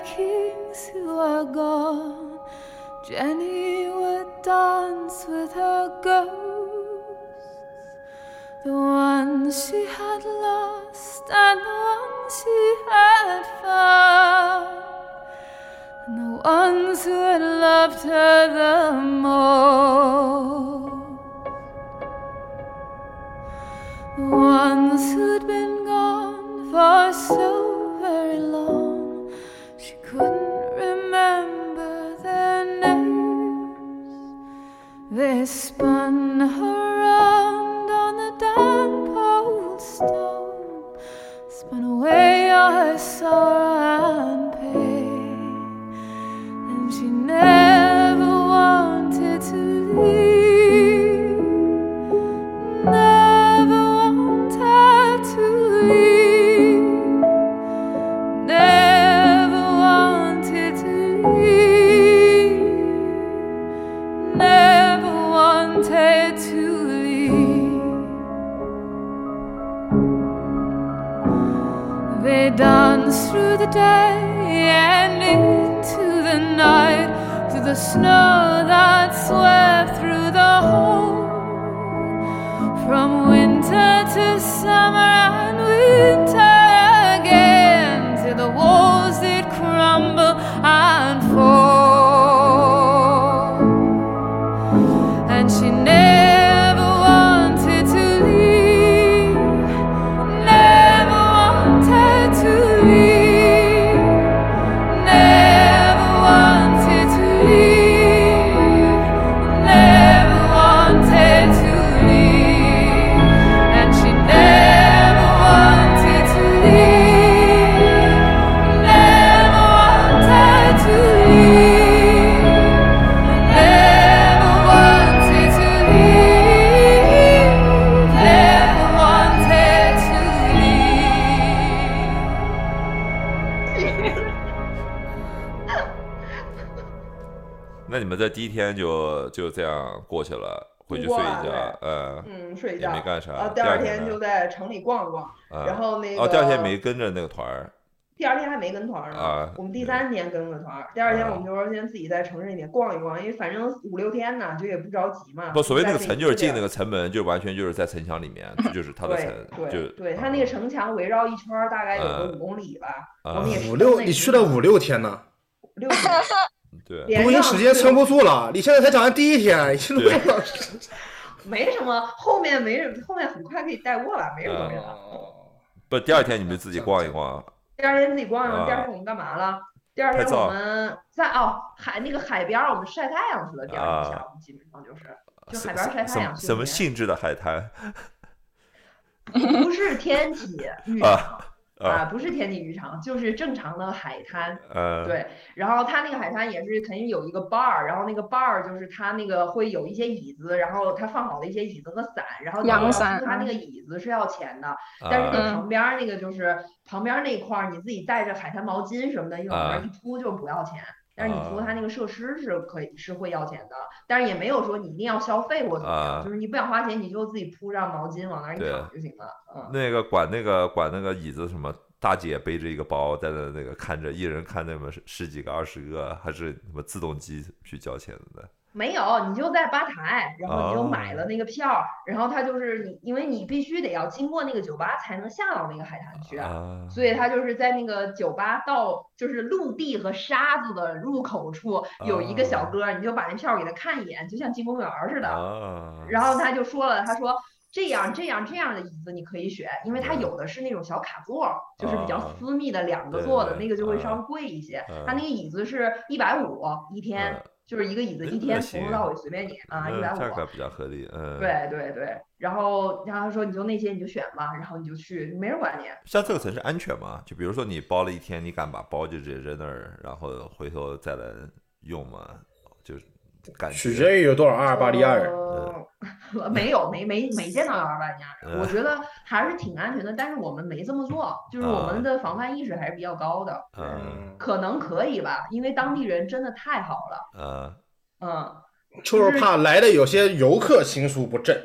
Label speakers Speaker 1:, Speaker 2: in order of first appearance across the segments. Speaker 1: kings who are gone. Jenny would dance with her ghosts, the ones she had lost and the ones she had found, and the ones who had loved her the most. The ones who'd been gone for so very long, she couldn't remember their names. They spun her round on the damp old stone, spun away all her sorrow and pain, and she never wanted to leave never wanted to leave. Never wanted to leave. Never wanted to leave. They danced through the day and into the night, through the snow that swept through the home. From winter to summer and winter again, till the walls did crumble and fall. And she never wanted to leave, never wanted to leave, never wanted to leave. Never wanted to leave, and she never wanted to leave. Never wanted to leave. Never wanted to leave. Never wanted to leave.
Speaker 2: 那你们在第一天就就这样过去了，回去睡一觉
Speaker 3: 哇，
Speaker 2: 呃，
Speaker 3: 嗯，睡一
Speaker 2: 也
Speaker 3: 觉
Speaker 2: 没干啥
Speaker 3: 啊，
Speaker 2: 第
Speaker 3: 第
Speaker 2: 二
Speaker 3: 二
Speaker 2: 天
Speaker 3: 天
Speaker 2: 呢
Speaker 3: 就在城里逛逛，
Speaker 2: 啊
Speaker 3: 然后那个
Speaker 2: 哦，第二天没跟着那个团儿，
Speaker 3: 第二天还没跟团儿呢，
Speaker 2: 啊
Speaker 3: 我们第
Speaker 2: 对
Speaker 3: 三天跟了个团儿，第二天
Speaker 2: 啊
Speaker 3: 我们就说先自己在城市里面逛一逛，因为反正五六天呢，就也不着急嘛。
Speaker 2: 不，所谓那个
Speaker 3: 城
Speaker 2: 城就是进那个城门，就完全就是在城墙里 面，这就是他的城，
Speaker 3: 对
Speaker 2: 就
Speaker 3: 对对，它那个城墙围绕一圈儿大概有个
Speaker 2: 嗯
Speaker 3: 五公里吧，
Speaker 2: 啊
Speaker 3: 我们也
Speaker 4: 五六，你去了五六天呢，
Speaker 3: 六公里
Speaker 2: 啊对，
Speaker 3: 连
Speaker 4: 录音
Speaker 3: 上
Speaker 4: 时间
Speaker 3: 去
Speaker 4: 撑不住了。你现在才讲完第一天，已经录
Speaker 2: 对
Speaker 4: 了。
Speaker 3: 没什么，后面没什么，后面很快可以带过了，没什么
Speaker 2: 嗯
Speaker 3: 没了。
Speaker 4: 哦
Speaker 2: 不，第二天你们自己逛一逛，
Speaker 3: 第二天自己逛
Speaker 2: 啊
Speaker 3: 逛，第二天我们干嘛了？第二
Speaker 2: 拍
Speaker 3: 天
Speaker 2: 照
Speaker 3: 我们在哦海那个海边儿，我们晒太阳去了。第二天
Speaker 2: 啊
Speaker 3: 下午基本上就是就
Speaker 2: 什
Speaker 3: 海边儿晒
Speaker 2: 什
Speaker 3: 太阳
Speaker 2: 么
Speaker 3: 去
Speaker 2: 什么
Speaker 3: 了
Speaker 2: 性质的海滩
Speaker 3: 不是天 体浴
Speaker 2: 啊
Speaker 3: 场
Speaker 2: 啊，
Speaker 3: 不是天体浴场，就是正常的海滩。
Speaker 2: 呃，
Speaker 3: 对，然后它那个海滩也是肯定有一个 bar，然后那个 bar 就是它那个会有一些椅子，然后它放好的一些椅子和伞，然后你
Speaker 5: 阳
Speaker 3: 要
Speaker 5: 伞
Speaker 3: 租它那
Speaker 5: 嗯
Speaker 3: 个椅子是要钱的，
Speaker 2: 啊，
Speaker 3: 但是那
Speaker 5: 嗯
Speaker 3: 旁边儿那个就是旁边儿那一块儿，你自己带着海滩毛巾什么的，一往那
Speaker 2: 啊
Speaker 3: 儿一铺就不要钱。但是你租
Speaker 2: 啊
Speaker 3: 它那个设施是可以是会要钱的，但是也没有说你一定要消费或怎么
Speaker 2: 啊
Speaker 3: 样，就是你不想花钱，你就自己铺上毛巾往那儿一
Speaker 2: 对
Speaker 3: 躺就行了。嗯，
Speaker 2: 那个管那个管那个椅子什么，大姐背着一个包在那那个看着，一人看那么十十几个、二十个，还是什么自动机去交钱的？
Speaker 3: 没有，你就在吧台，然后你就买
Speaker 2: 哦
Speaker 3: 了那个票，然后它就是你，因为你必须得要经过那个酒吧才能下到那个海滩去。
Speaker 2: 啊，
Speaker 3: 所以它就是在那个酒吧到就是陆地和沙子的入口处有一个小哥，你就把那票给他看一眼，就像进公园儿似的。
Speaker 2: 啊，
Speaker 3: 然后他就说了，他说这样这样这样的椅子你可以选，因为它有的是那种小卡座儿，就是比较
Speaker 2: 啊
Speaker 3: 私密的两个
Speaker 2: 对
Speaker 3: 座的
Speaker 2: 对
Speaker 3: 那个就会
Speaker 2: 啊
Speaker 3: 稍微贵一些。
Speaker 2: 啊
Speaker 3: 他那个椅子是一百五一天
Speaker 2: 嗯，
Speaker 3: 就是一个椅子
Speaker 2: 那
Speaker 3: 一天
Speaker 2: 行
Speaker 3: 从头到尾随便你啊，一百
Speaker 2: 嗯价
Speaker 3: 五
Speaker 2: 格。比较合理，嗯，。
Speaker 3: 对对对，然后然后他说你就那些你就选吧，然后你就去，没人管你。
Speaker 2: 像这个城市安全吗？就比如说你包了一天，你敢把包就直接扔那儿，然后回头再来用吗？就是感觉
Speaker 4: 取决于有多少阿尔巴尼亚人。
Speaker 3: 呃 没有，没没没见到有阿尔巴尼亚人，我
Speaker 2: 嗯
Speaker 3: 觉得还是挺安全的。但是我们没这么做，就是我
Speaker 2: 啊
Speaker 3: 们的防范意识还是比较高的。
Speaker 2: 嗯
Speaker 3: 可能可以吧，因为当地人真的太好了。
Speaker 2: 呃，
Speaker 3: 嗯，
Speaker 4: 就是怕来的有些游客心术不正。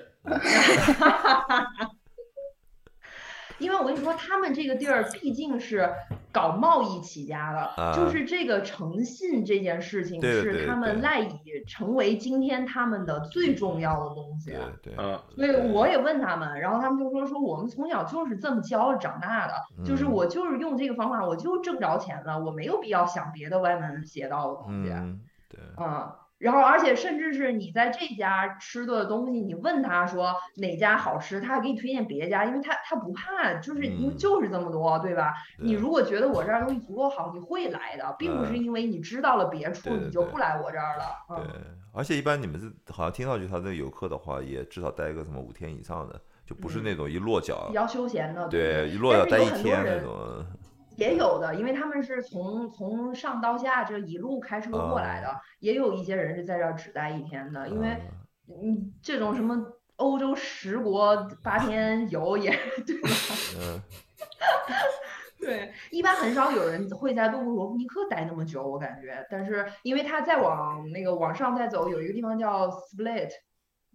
Speaker 3: 因为我跟你说，他们这个地儿毕竟是搞贸易起家的，
Speaker 2: 啊
Speaker 3: 就是这个诚信这件事情
Speaker 2: 对对
Speaker 3: 是他
Speaker 2: 对
Speaker 3: 们赖以成为今天他们的最重要的东西。
Speaker 2: 对对，
Speaker 4: 啊，
Speaker 3: 所以我也问他们，然后他们就说说我们从小就是这么教长大的，就是
Speaker 2: 嗯
Speaker 3: 我就是用这个方法，我就挣着钱了，我没有必要想别的歪门邪道的东西。
Speaker 2: 嗯，对，
Speaker 3: 嗯，然后而且甚至是你在这家吃的东西，你问他说哪家好吃，他还给你推荐别家，因为他他不怕，就是因为
Speaker 2: 嗯
Speaker 3: 就是这么多，对吧？你
Speaker 2: 对
Speaker 3: 如果觉得我这儿东西足够好，你会来的，并不是
Speaker 2: 嗯
Speaker 3: 因为你知道了别处
Speaker 2: 对对
Speaker 3: 你就
Speaker 2: 对
Speaker 3: 不来我这儿了。
Speaker 2: 对
Speaker 3: 嗯，，
Speaker 2: 而且一般你们是好像听上去他那个游客的话，也至少待个什么五天以上的，就不是那种一落脚
Speaker 3: 比，较休闲的。
Speaker 2: 对，一落脚
Speaker 3: 嗯但
Speaker 2: 待
Speaker 3: 是有
Speaker 2: 一
Speaker 3: 很多
Speaker 2: 天那
Speaker 3: 人
Speaker 2: 种，
Speaker 3: 也有的，因为他们是从从上到下这一路开车过来
Speaker 2: 啊
Speaker 3: 的，也有一些人是在这儿只待一天的，因为
Speaker 2: 嗯
Speaker 3: 嗯，这种什么欧洲十国八天 游也对吧？
Speaker 2: 嗯，
Speaker 3: 对， 一般很少有人会在杜布罗夫尼克待那么久，我感觉。但是因为它再往那个往上再走，有一个地方叫 Split，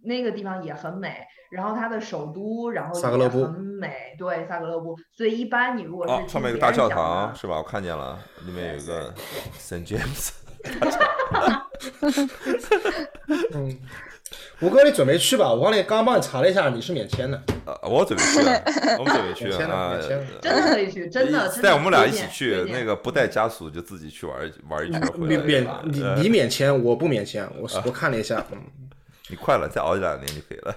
Speaker 3: 那个地方也很美，然后它的首都，然后
Speaker 4: 萨格
Speaker 3: 也
Speaker 4: 勒布
Speaker 3: 很美，对，萨格勒布。所以一般你如果是
Speaker 2: 啊，
Speaker 3: 听
Speaker 2: 上面有个
Speaker 3: 别
Speaker 2: 大
Speaker 3: 人
Speaker 2: 教
Speaker 3: 讲的
Speaker 2: 堂是吧？我看见了，里面有一个 St James，
Speaker 4: 嗯，吴哥，你准备去吧？我刚才刚帮你查了一下，你是免签的。
Speaker 2: 啊，我准备去了，我们准备去
Speaker 4: 免签
Speaker 2: 了
Speaker 4: 了
Speaker 2: 啊
Speaker 4: 免签了。
Speaker 3: 真的可以去，真的。真
Speaker 2: 呃带
Speaker 3: 的
Speaker 2: 我们俩
Speaker 3: 推
Speaker 2: 一起
Speaker 3: 荐
Speaker 2: 去，
Speaker 3: 推荐
Speaker 2: 那个不带家属就自己去玩一玩一圈回
Speaker 4: 你
Speaker 2: 来。
Speaker 4: 免
Speaker 2: 对吧啊
Speaker 4: 你
Speaker 2: 呃
Speaker 4: 你免签，我不免签。我我看了一下，嗯，
Speaker 2: 你快了，再熬两年就可以了。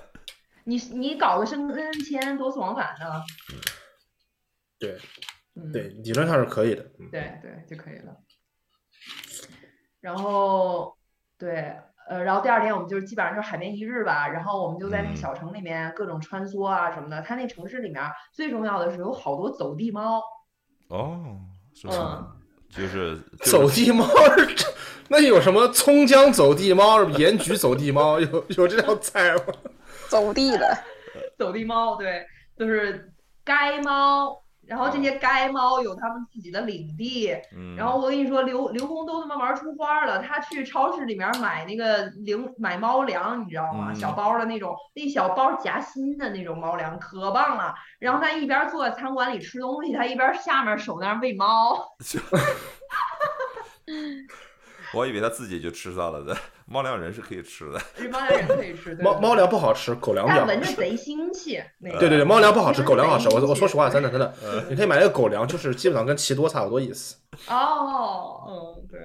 Speaker 3: 你你搞个申根签多次往返的，
Speaker 4: 对
Speaker 3: 嗯，
Speaker 4: 对，理论上是可以的。嗯
Speaker 3: 对对就可以了。然后对，呃，然后第二天我们就是基本上就是海边一日吧，然后我们就在那
Speaker 2: 嗯
Speaker 3: 个小城里面各种穿梭啊什么的。它那城市里面最重要的是有好多走地猫，
Speaker 2: 哦，是吗？
Speaker 3: 嗯
Speaker 2: 就是
Speaker 4: 走地猫是这，那有什么葱姜走地猫、盐焗走地猫，有有这道菜吗？
Speaker 5: 走地的，
Speaker 3: 走地猫对，就是街猫。然
Speaker 2: 哦
Speaker 3: 后这些街猫有它们自己的领地，
Speaker 2: 嗯，
Speaker 3: 然后我跟你说，刘刘工都他妈玩出花了，他去超市里面买那个零买猫粮，你知道吗？
Speaker 2: 嗯
Speaker 3: 小包的那种，那小包夹心的那种猫粮，可棒了。然后他一边坐在餐馆里吃东西，他一边下面手那儿喂猫。
Speaker 2: 我以为他自己就吃上了的，猫粮人是可以吃的。
Speaker 3: 这猫粮也可以吃，对
Speaker 4: 猫猫，粮不好吃，狗粮比较
Speaker 3: 但
Speaker 4: 好
Speaker 3: 闻着
Speaker 4: 吃。
Speaker 3: 贼腥气。呃那个
Speaker 4: 对对对，猫粮不好吃，
Speaker 3: 闻着
Speaker 4: 狗粮好吃。我
Speaker 3: 贼腥
Speaker 4: 我说
Speaker 3: 气
Speaker 4: 实话，真的真的，你可以买那个狗粮，就是基本上跟奇多差不多意思。
Speaker 3: 哦，嗯，对。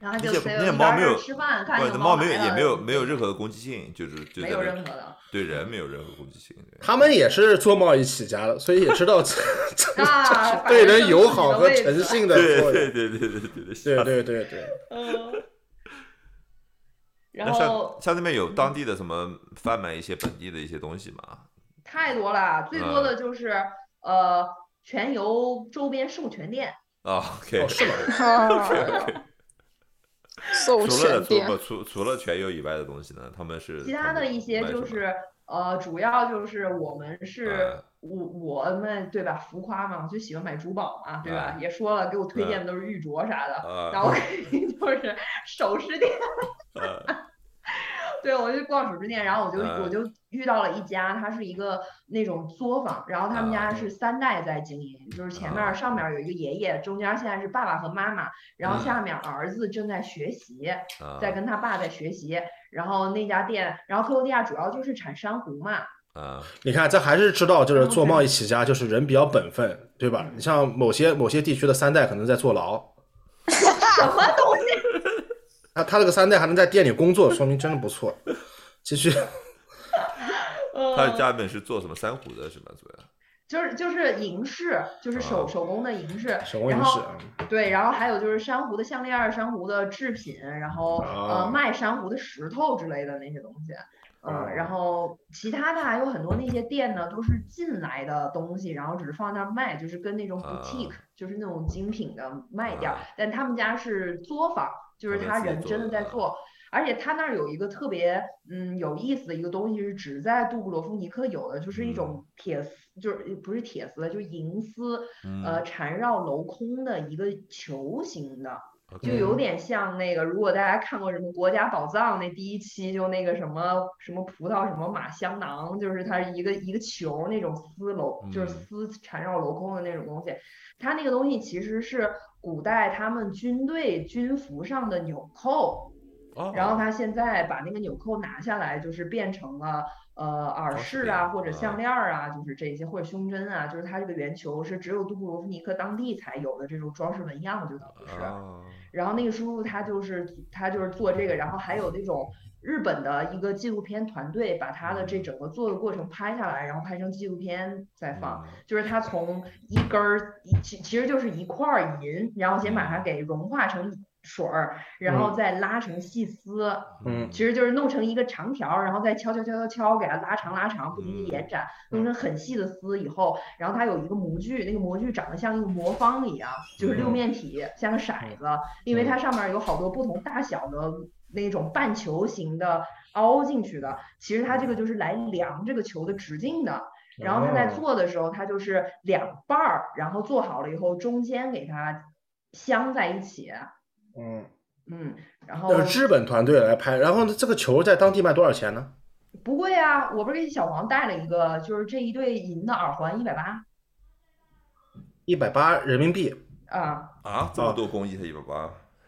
Speaker 3: 然后就
Speaker 2: 那些
Speaker 3: 所以
Speaker 2: 那些
Speaker 3: 一边
Speaker 2: 猫没
Speaker 3: 在那
Speaker 2: 有
Speaker 3: 吃饭，看
Speaker 2: 对，
Speaker 3: 见
Speaker 2: 那
Speaker 3: 有
Speaker 2: 猫
Speaker 3: 猫
Speaker 2: 没有，
Speaker 3: 来
Speaker 2: 也
Speaker 3: 了
Speaker 2: 没有没有任何的攻击性，就是就
Speaker 3: 没
Speaker 2: 在
Speaker 3: 有
Speaker 2: 那
Speaker 3: 任何的
Speaker 2: 对人没有任何攻击性。对
Speaker 4: 他们也是做贸易起家的，所以也知 道这这
Speaker 3: 啊，
Speaker 4: 对
Speaker 3: 反正就
Speaker 4: 人友
Speaker 3: 是
Speaker 4: 好
Speaker 3: 你的
Speaker 4: 和
Speaker 3: 位
Speaker 4: 诚
Speaker 3: 置。
Speaker 4: 信的
Speaker 2: 对
Speaker 4: 作用。
Speaker 2: 对对对对对对
Speaker 4: 对
Speaker 2: 吓死
Speaker 4: 对对对，
Speaker 3: 嗯。然
Speaker 2: 那
Speaker 3: 后嗯
Speaker 2: 像像那边有当地的什么贩卖一些本地的一些东西嘛？
Speaker 3: 太多了，最多
Speaker 2: 嗯
Speaker 3: 的就是、呃全游周边授权店，
Speaker 2: 啊，OK，
Speaker 4: 哦是吗？
Speaker 5: 啊，授
Speaker 2: 除了
Speaker 5: 权
Speaker 2: 除
Speaker 5: 店
Speaker 2: 不除除了全油以外的东西呢，呃他们是
Speaker 3: 其他的一些
Speaker 2: 卖什
Speaker 3: 就
Speaker 2: 么
Speaker 3: 是呃主要就是我们是
Speaker 2: 嗯
Speaker 3: 我我们对吧浮夸嘛，我就喜欢买珠宝嘛，对吧？
Speaker 2: 嗯
Speaker 3: 也说了，给我推荐的都是玉镯啥的，然后
Speaker 2: 啊
Speaker 3: 就是首饰店，
Speaker 2: 呃
Speaker 3: 对我就逛首饰店，然后我就
Speaker 2: 嗯
Speaker 3: 我就遇到了一家，它是一个那种作坊，然后他们家
Speaker 2: 嗯
Speaker 3: 是三代在经营，就是前面
Speaker 2: 嗯
Speaker 3: 儿上面儿有一个爷爷，中间儿现在是爸爸和妈妈，然
Speaker 2: 嗯
Speaker 3: 后下面儿儿子正在学习，
Speaker 2: 啊
Speaker 3: 在跟他爸在学习，然后那家店，然后克罗地亚主要就是产珊瑚嘛，
Speaker 2: 啊
Speaker 4: 你看，这还是知道，就是做
Speaker 3: OK
Speaker 4: 贸易起家，就是人比较本分，对吧？你像某些某些地区的三代可能在坐牢，
Speaker 3: 什么东西？
Speaker 4: 他他这个三代还能在店里工作，说明真的不错。继续，
Speaker 2: 他
Speaker 3: 呃，
Speaker 2: 家里面是做什么珊瑚的，是吗？主要
Speaker 3: 就是就是银饰，就是手
Speaker 2: 啊
Speaker 3: 手工的银饰，
Speaker 4: 手工
Speaker 3: 然
Speaker 4: 银饰
Speaker 3: 后，对，然后还有就是珊瑚的项链儿、珊瑚的制品，然后
Speaker 4: 啊
Speaker 2: 哦
Speaker 3: 呃卖珊瑚的石头之类的那些东西。
Speaker 4: 哦
Speaker 3: 嗯，然后其他的还有很多那些店呢，都是进来的东西，然后只是放在那儿卖，就是跟那种
Speaker 2: 啊
Speaker 3: boutique，、就是那种精品的卖掉。
Speaker 2: 啊
Speaker 3: 但他们家是作坊，就是
Speaker 2: 他们
Speaker 3: 他
Speaker 2: 自己
Speaker 3: 人
Speaker 2: 做
Speaker 3: 真的
Speaker 2: 的
Speaker 3: 在
Speaker 2: 啊
Speaker 3: 做，而且他那儿有一个特别嗯有意思的一个东西，是只在杜布罗夫尼克有的，就是一
Speaker 2: 嗯
Speaker 3: 种铁丝，就是不是铁丝，就是银丝，
Speaker 2: 嗯
Speaker 3: 呃缠绕镂空的一个球形的，就有点像那个，如果大家看过什么《国家宝藏》那第一期，就那个什么什么葡萄什么马香囊，就是它是一个一个球那种丝镂，就是丝缠绕镂空的那种东西。它那个东西其实是古代他们军队军服上的纽扣，
Speaker 2: 哦
Speaker 3: 然后他现在把那个纽扣拿下来，就是变成了呃耳
Speaker 2: 哦是
Speaker 3: 饰啊，
Speaker 2: 这样
Speaker 3: 或者项
Speaker 2: 嗯
Speaker 3: 链儿啊，就是这些或者胸针啊，就是它这个圆球是只有杜布罗夫尼克当地才有的这种装饰纹样，就等于是。
Speaker 2: 啊，
Speaker 3: 然后那个叔叔他就是他就是做这个，然后还有那种日本的一个纪录片团队把他
Speaker 2: 嗯
Speaker 3: 的这整个做的过程拍下来，然后拍成纪录片再放。
Speaker 2: 嗯
Speaker 3: 就是他从一根儿，一其其实就是一块儿银，然后先把它给融化成水儿，然后再拉成细丝，
Speaker 4: 嗯
Speaker 3: 其实就是弄成一个长条儿，然后再敲敲敲敲敲，给它拉长拉长，不停
Speaker 2: 嗯
Speaker 3: 地延展，弄成很细的丝以后，然后它有一个模具，那个模具长得像一个魔方一样，就是六
Speaker 4: 嗯
Speaker 3: 面体，像个骰子，因为它上面有好多不同大小的那种半球形的凹进去的，其实它这个就是来量这个球的直径的。然后它在
Speaker 4: 哦
Speaker 3: 做的时候，它就是两半儿，然后做好了以后，中间给它镶在一起，
Speaker 4: 嗯，
Speaker 3: 嗯，然后
Speaker 4: 那是日本团队来拍，然后呢，这个球在当地卖多少钱呢？
Speaker 3: 不贵啊，我不是给小王带了一个，就是这一对银的耳环，一百八
Speaker 4: 一百八人民币。
Speaker 3: 啊。
Speaker 2: 啊，这么多工艺，他一百八，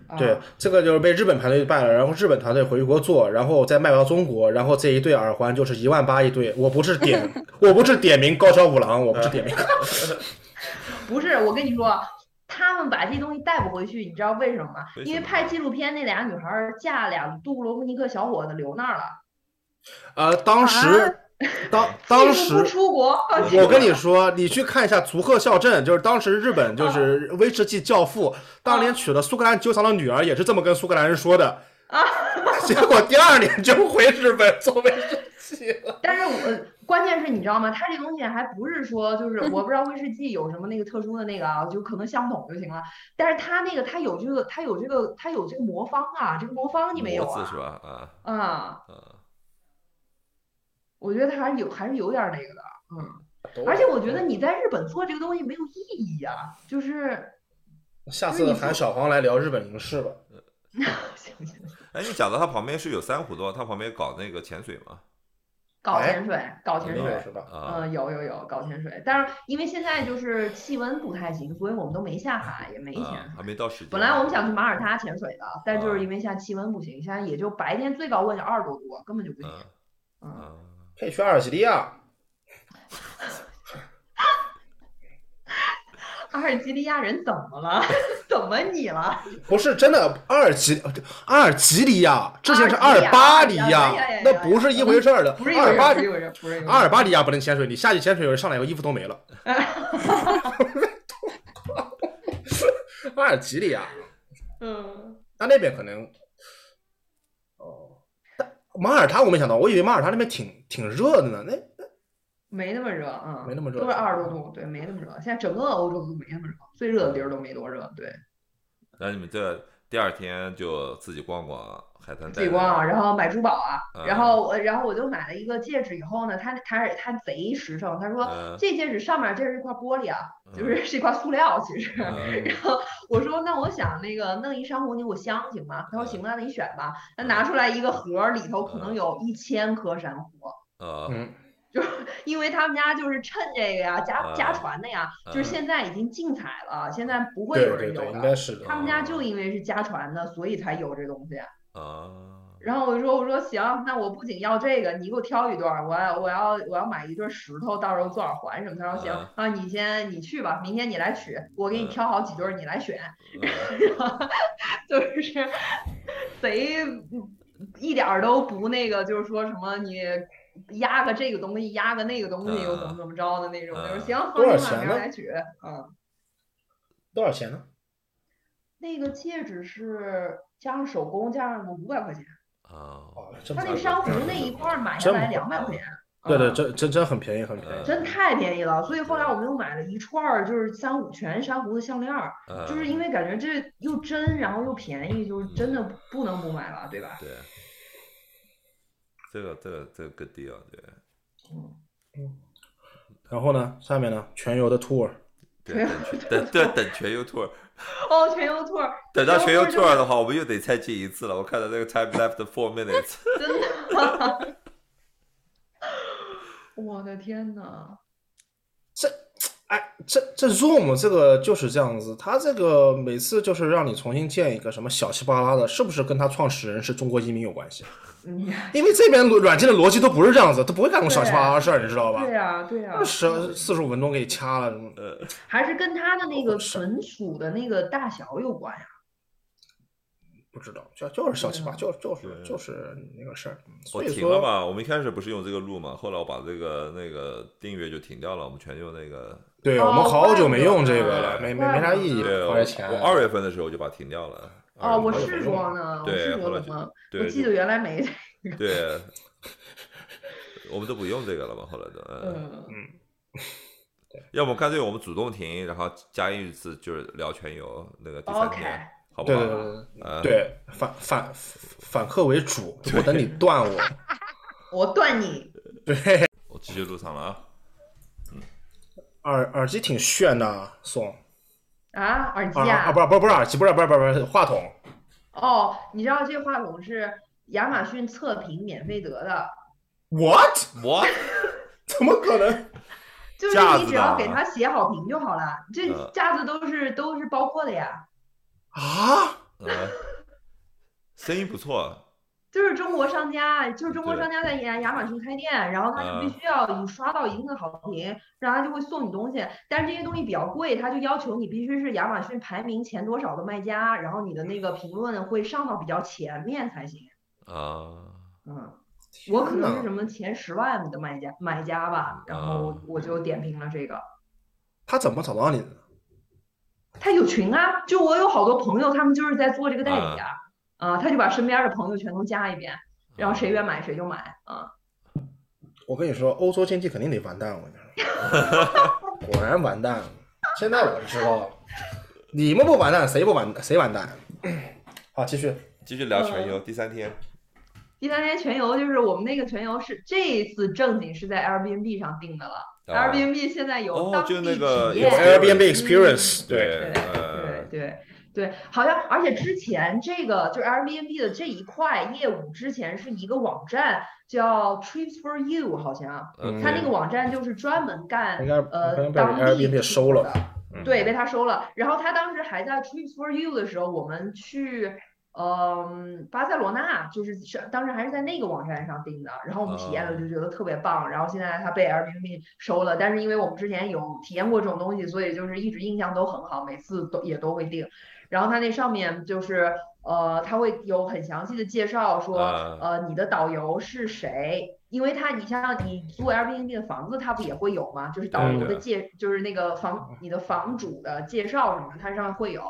Speaker 3: 啊
Speaker 4: 对，这个就是被日本团队办了，然后日本团队回国做，然后再卖到中国，然后这一对耳环就是一万八一对。我不 是点，我不是点名高桥吾郎，我不是点名。
Speaker 3: 不是，我跟你说，他们把这东西带不回去，你知道为什么吗？
Speaker 2: 为
Speaker 3: 因
Speaker 2: 什
Speaker 3: 为
Speaker 2: 么
Speaker 3: 拍纪录片那俩女孩儿嫁俩杜布罗夫尼克小伙子留那儿了，
Speaker 4: 呃，当
Speaker 5: 啊
Speaker 4: 时，当当
Speaker 3: 技术不
Speaker 4: 时。
Speaker 3: 出国，
Speaker 2: 我
Speaker 4: 我跟你说，你去看一下足贺孝正，就是当时日本就是
Speaker 3: 啊
Speaker 4: 威士忌教父，当年娶了苏格兰酒厂的女儿，也是这么跟苏格兰人说的。
Speaker 3: 啊
Speaker 4: 结果第二年就回日本做威士忌了。
Speaker 3: 但是我关键是你知道吗？它这东西还不是说就是我不知道威士忌有什么那个特殊的那个啊，就可能相同就行了。但是它那个它有这个它有这个它有这个魔方啊，这个魔方你没有
Speaker 2: 模子
Speaker 3: 啊
Speaker 2: 是？吧？啊
Speaker 3: 啊，
Speaker 2: 啊，
Speaker 3: 我觉得它还是有还是有点那个的，嗯。而且我觉得你在日本做这个东西没有意义啊，就是
Speaker 4: 下次喊小黄来聊日本影视吧。
Speaker 3: 行行行
Speaker 2: 哎，你讲到它旁边是有珊瑚的话，它旁边搞那个潜水嘛？
Speaker 3: 搞潜水，搞潜
Speaker 4: 没有
Speaker 3: 水。
Speaker 4: 是吧？
Speaker 2: 啊，
Speaker 3: 嗯，有有有搞潜水，但是因为现在就是气温不太行，所以我们都没下海，也没潜
Speaker 2: 啊，
Speaker 3: 水
Speaker 2: 还。没到时间。
Speaker 3: 本来我们想去马耳他潜水的，但就
Speaker 2: 啊
Speaker 3: 是因为现在气温不行，现在也就白天最高温也二十多度，根本就不行。
Speaker 2: 啊
Speaker 3: 嗯，
Speaker 2: 啊，
Speaker 4: 可以去阿尔及利亚。
Speaker 3: 阿尔及利亚人怎么了？ 怎么你了？
Speaker 4: 不是真的，阿尔及阿尔及利亚之前是阿尔巴里
Speaker 3: 阿尔及利亚哎呀哎呀哎呀
Speaker 4: 那不是一回事儿的。
Speaker 3: 不是一
Speaker 4: 阿
Speaker 3: 个
Speaker 4: 尔
Speaker 3: 人，
Speaker 4: 巴
Speaker 3: 不是一个人，不是一个
Speaker 4: 阿尔
Speaker 3: 人。
Speaker 4: 巴里亚不能潜水，你下去潜水，有人上来，衣服 都没了。阿尔及利亚，
Speaker 3: 嗯，
Speaker 4: 那那边可能，哦，但马耳他我没想到，我以为马耳他那边挺挺热的呢。那
Speaker 3: 没那么热，嗯，
Speaker 4: 没那么热
Speaker 3: 都是二十多度，对，没那么热。现在整个欧洲都没那么热，最热的地儿都没多热，对，
Speaker 2: 那你们这第二天就自己逛逛海滩，
Speaker 3: 自己逛啊，，然后买珠宝啊，然
Speaker 2: 嗯
Speaker 3: 后我然后我就买了一个戒指，以后呢，他他他贼实诚，他说
Speaker 2: 嗯
Speaker 3: 这戒指上面这是一块玻璃啊，就
Speaker 2: 嗯
Speaker 3: 是是一块塑料，其实。
Speaker 2: 嗯
Speaker 3: 然后我说，那我想那个弄一珊瑚你给我镶行吗？他说
Speaker 2: 嗯
Speaker 3: 行吧，那你选吧。他
Speaker 4: 嗯
Speaker 3: 拿出来一个盒儿，里头可能有一千颗珊瑚，
Speaker 2: 啊，
Speaker 4: 嗯，
Speaker 3: 因为他们家就是趁这个呀，家家传的呀，就是
Speaker 2: 嗯
Speaker 3: 现在已经禁采了，现在不会
Speaker 4: 对
Speaker 3: 有
Speaker 4: 对
Speaker 3: 人
Speaker 4: 对，
Speaker 3: 有
Speaker 4: 应该
Speaker 3: 的。
Speaker 4: 是的。
Speaker 3: 他们家就因为是家传的，所以才有这东西。
Speaker 2: 啊，
Speaker 3: 然后我说我说行，那我不仅要这个，你给我挑一对儿，我要我要我要买一对儿石头，到时候做耳环什么。他说行
Speaker 2: 嗯
Speaker 3: 啊，你先你去吧，明天你来取，我给你
Speaker 2: 嗯
Speaker 3: 挑好几对儿，你来选。
Speaker 2: 嗯
Speaker 3: 就是贼一点儿都不那个，就是说什么你压个这个东西，压个那个东西，又怎么怎么着的那种，就是行，放
Speaker 4: 多少
Speaker 3: 心吧，
Speaker 4: 钱
Speaker 3: 明儿
Speaker 4: 呢
Speaker 3: 来取。嗯，
Speaker 4: 多少钱呢？
Speaker 3: 那个戒指是加上手工，加上五百块钱，
Speaker 2: 啊，
Speaker 4: 哦，这么
Speaker 3: 他
Speaker 4: 价
Speaker 3: 那
Speaker 4: 格
Speaker 3: 珊瑚那一块儿买下来两百块钱。
Speaker 4: 对对，
Speaker 3: 嗯
Speaker 4: 真真真很便宜，很便宜。
Speaker 3: 真太便宜了，所以后来我们又买了一串儿，就是三五全珊瑚的项链儿，
Speaker 2: 嗯
Speaker 3: 就是因为感觉这又真，然后又便宜，就是真的不能不买了，对吧？
Speaker 2: 对，这个这个这个 good deal，对，
Speaker 4: 然后呢，下面呢，全游的 tour，
Speaker 3: 啊
Speaker 2: 对，等全等对等全 y o u t u b
Speaker 3: 哦，全球兔儿，
Speaker 2: 等到全
Speaker 3: 全
Speaker 2: 球
Speaker 3: 球
Speaker 2: tour 的话，我们又得再进一次了。我看到那个 time left four minutes，
Speaker 3: 真的。我的天呐，
Speaker 4: 哎，这这 Zoom 这个就是这样子，它这个每次就是让你重新建一个什么小稀巴拉的，是不是跟它创始人是中国移民有关系？
Speaker 3: 嗯，
Speaker 4: 因为这边逻软件的逻辑都不是这样子，都不会干这种小稀巴拉的事儿，你知道吧？
Speaker 3: 对呀、对呀、
Speaker 4: 十四十五分钟给你掐了什么的？
Speaker 3: 还是跟它的那
Speaker 2: 哦
Speaker 3: 个存储的那个大小有关啊呀、
Speaker 4: 不知道，就就是小奇葩，
Speaker 3: 对
Speaker 4: 就就是
Speaker 2: 对
Speaker 4: 就是那个事儿。嗯
Speaker 2: 我
Speaker 4: 所以
Speaker 2: 停了
Speaker 4: 说，
Speaker 2: 嘛。我们一开始不是用这个录嘛，后来我把这个那个订阅就停掉了，我们全用那个。
Speaker 4: 对
Speaker 3: 哦
Speaker 4: 我们好久没用这个
Speaker 2: 怪
Speaker 4: 了，
Speaker 2: 不得
Speaker 4: 没没没啥意义
Speaker 2: 对，
Speaker 4: 了，
Speaker 2: 我
Speaker 4: 花这钱。
Speaker 2: 我二月份的时候就把它停掉了。
Speaker 3: 哦，我
Speaker 2: 二月份
Speaker 3: 试过呢，我
Speaker 2: 对
Speaker 3: 试
Speaker 2: 后
Speaker 3: 过
Speaker 2: 来
Speaker 3: 怎
Speaker 2: 就
Speaker 3: 么，我
Speaker 2: 对
Speaker 3: 记
Speaker 2: 就
Speaker 3: 得原来没，
Speaker 2: 对，我们都不用这个了嘛，后来都。嗯。
Speaker 3: 嗯，
Speaker 2: 要不干脆我们主动停，然后加一次就是聊全游那个第三
Speaker 3: OK
Speaker 2: 天，好不
Speaker 4: 对
Speaker 2: 好？
Speaker 4: 对对对
Speaker 2: 呃
Speaker 4: 对，对，反反反客为主，我等你断我。
Speaker 3: 我断你，
Speaker 2: 我继续入场了啊。
Speaker 4: 耳耳机挺炫的，送
Speaker 3: 啊，耳机
Speaker 4: 耳
Speaker 3: 啊
Speaker 4: 啊，不是不是不是耳机，不是不是不是不是话筒，
Speaker 3: 哦，你知道这话筒是亚马逊测评免费得的，
Speaker 4: what？
Speaker 2: 我
Speaker 4: 怎么可能？
Speaker 3: 就是
Speaker 2: 架
Speaker 3: 你
Speaker 2: 子
Speaker 3: 只
Speaker 2: 的
Speaker 3: 要给
Speaker 2: 啊
Speaker 3: 它写好评就好了，这
Speaker 2: 呃
Speaker 3: 架子都是都是包括的呀，
Speaker 4: 啊？
Speaker 2: 呃，声音不错，
Speaker 3: 就是中国商家，啊就是中国
Speaker 2: 对
Speaker 3: 商家在亚亚马逊开店，然后他
Speaker 2: 啊
Speaker 3: 就必须要你刷到一定的好评，然后他就会送你东西，但是这些东西比较贵，他就要求你必须是亚马逊排名前多少的卖家，然后你的那个评论会上到比较前面才行，
Speaker 2: 啊，
Speaker 3: 嗯。我可能是什
Speaker 4: 么？
Speaker 3: 么前十万的卖家买家吧，然后我我就点评了这个，
Speaker 4: 他怎么找到你的？
Speaker 3: 他有群啊，就我有好多朋友，他们就是在做这个代理啊，啊，他就把身边的朋友全都加一遍，然后
Speaker 2: 嗯
Speaker 3: 谁愿买谁就买啊。
Speaker 4: 我跟你说，欧洲经济肯定得完蛋，我跟你说，果然完蛋了。现在我知道了，你们不完蛋，谁不完谁完蛋？好，继续。
Speaker 2: 继续聊全
Speaker 3: 嗯
Speaker 2: 游第三天，
Speaker 3: 第三天全游就是我们那个全游是这一次正经是在 Airbnb 上订的了
Speaker 2: 啊
Speaker 3: ，Airbnb 现在有
Speaker 2: 哦
Speaker 3: 当，
Speaker 2: 就
Speaker 3: 地
Speaker 2: 那个
Speaker 3: 体
Speaker 2: 有
Speaker 3: 验
Speaker 4: Airbnb experience，对，
Speaker 2: 对，
Speaker 3: 嗯对
Speaker 2: 呃，
Speaker 3: 对对，好像而且之前这个就是 Airbnb 的这一块业务，之前是一个网站叫 Trips for You，好像
Speaker 2: 呃
Speaker 3: 它那
Speaker 2: 对
Speaker 3: 个网站就是专门干
Speaker 4: 嗯应该可
Speaker 3: 呃
Speaker 4: 能被
Speaker 3: 当地
Speaker 4: Airbnb 收了。嗯
Speaker 3: 对，
Speaker 2: 啊
Speaker 3: 被他收了。然后他当时还在 Trips for You 的时候，我们去。嗯，巴塞罗那就是是当时还是在那个网站上订的，然后我们体验
Speaker 2: 哦
Speaker 3: 了就觉得特别棒，然后现在它被 Airbnb 收了，但是因为我们之前有体验过这种东西，所以就是一直印象都很好，每次都也都会订。然后它那上面就是呃，它会有很详细的介绍说，
Speaker 2: 啊
Speaker 3: 呃，你的导游是谁？因为它你像你租 Airbnb 的房子，它不也会有吗？就是导游
Speaker 2: 对
Speaker 3: 的
Speaker 2: 的
Speaker 3: 介，就是那个房你的房主的介绍什么的，它上面会有。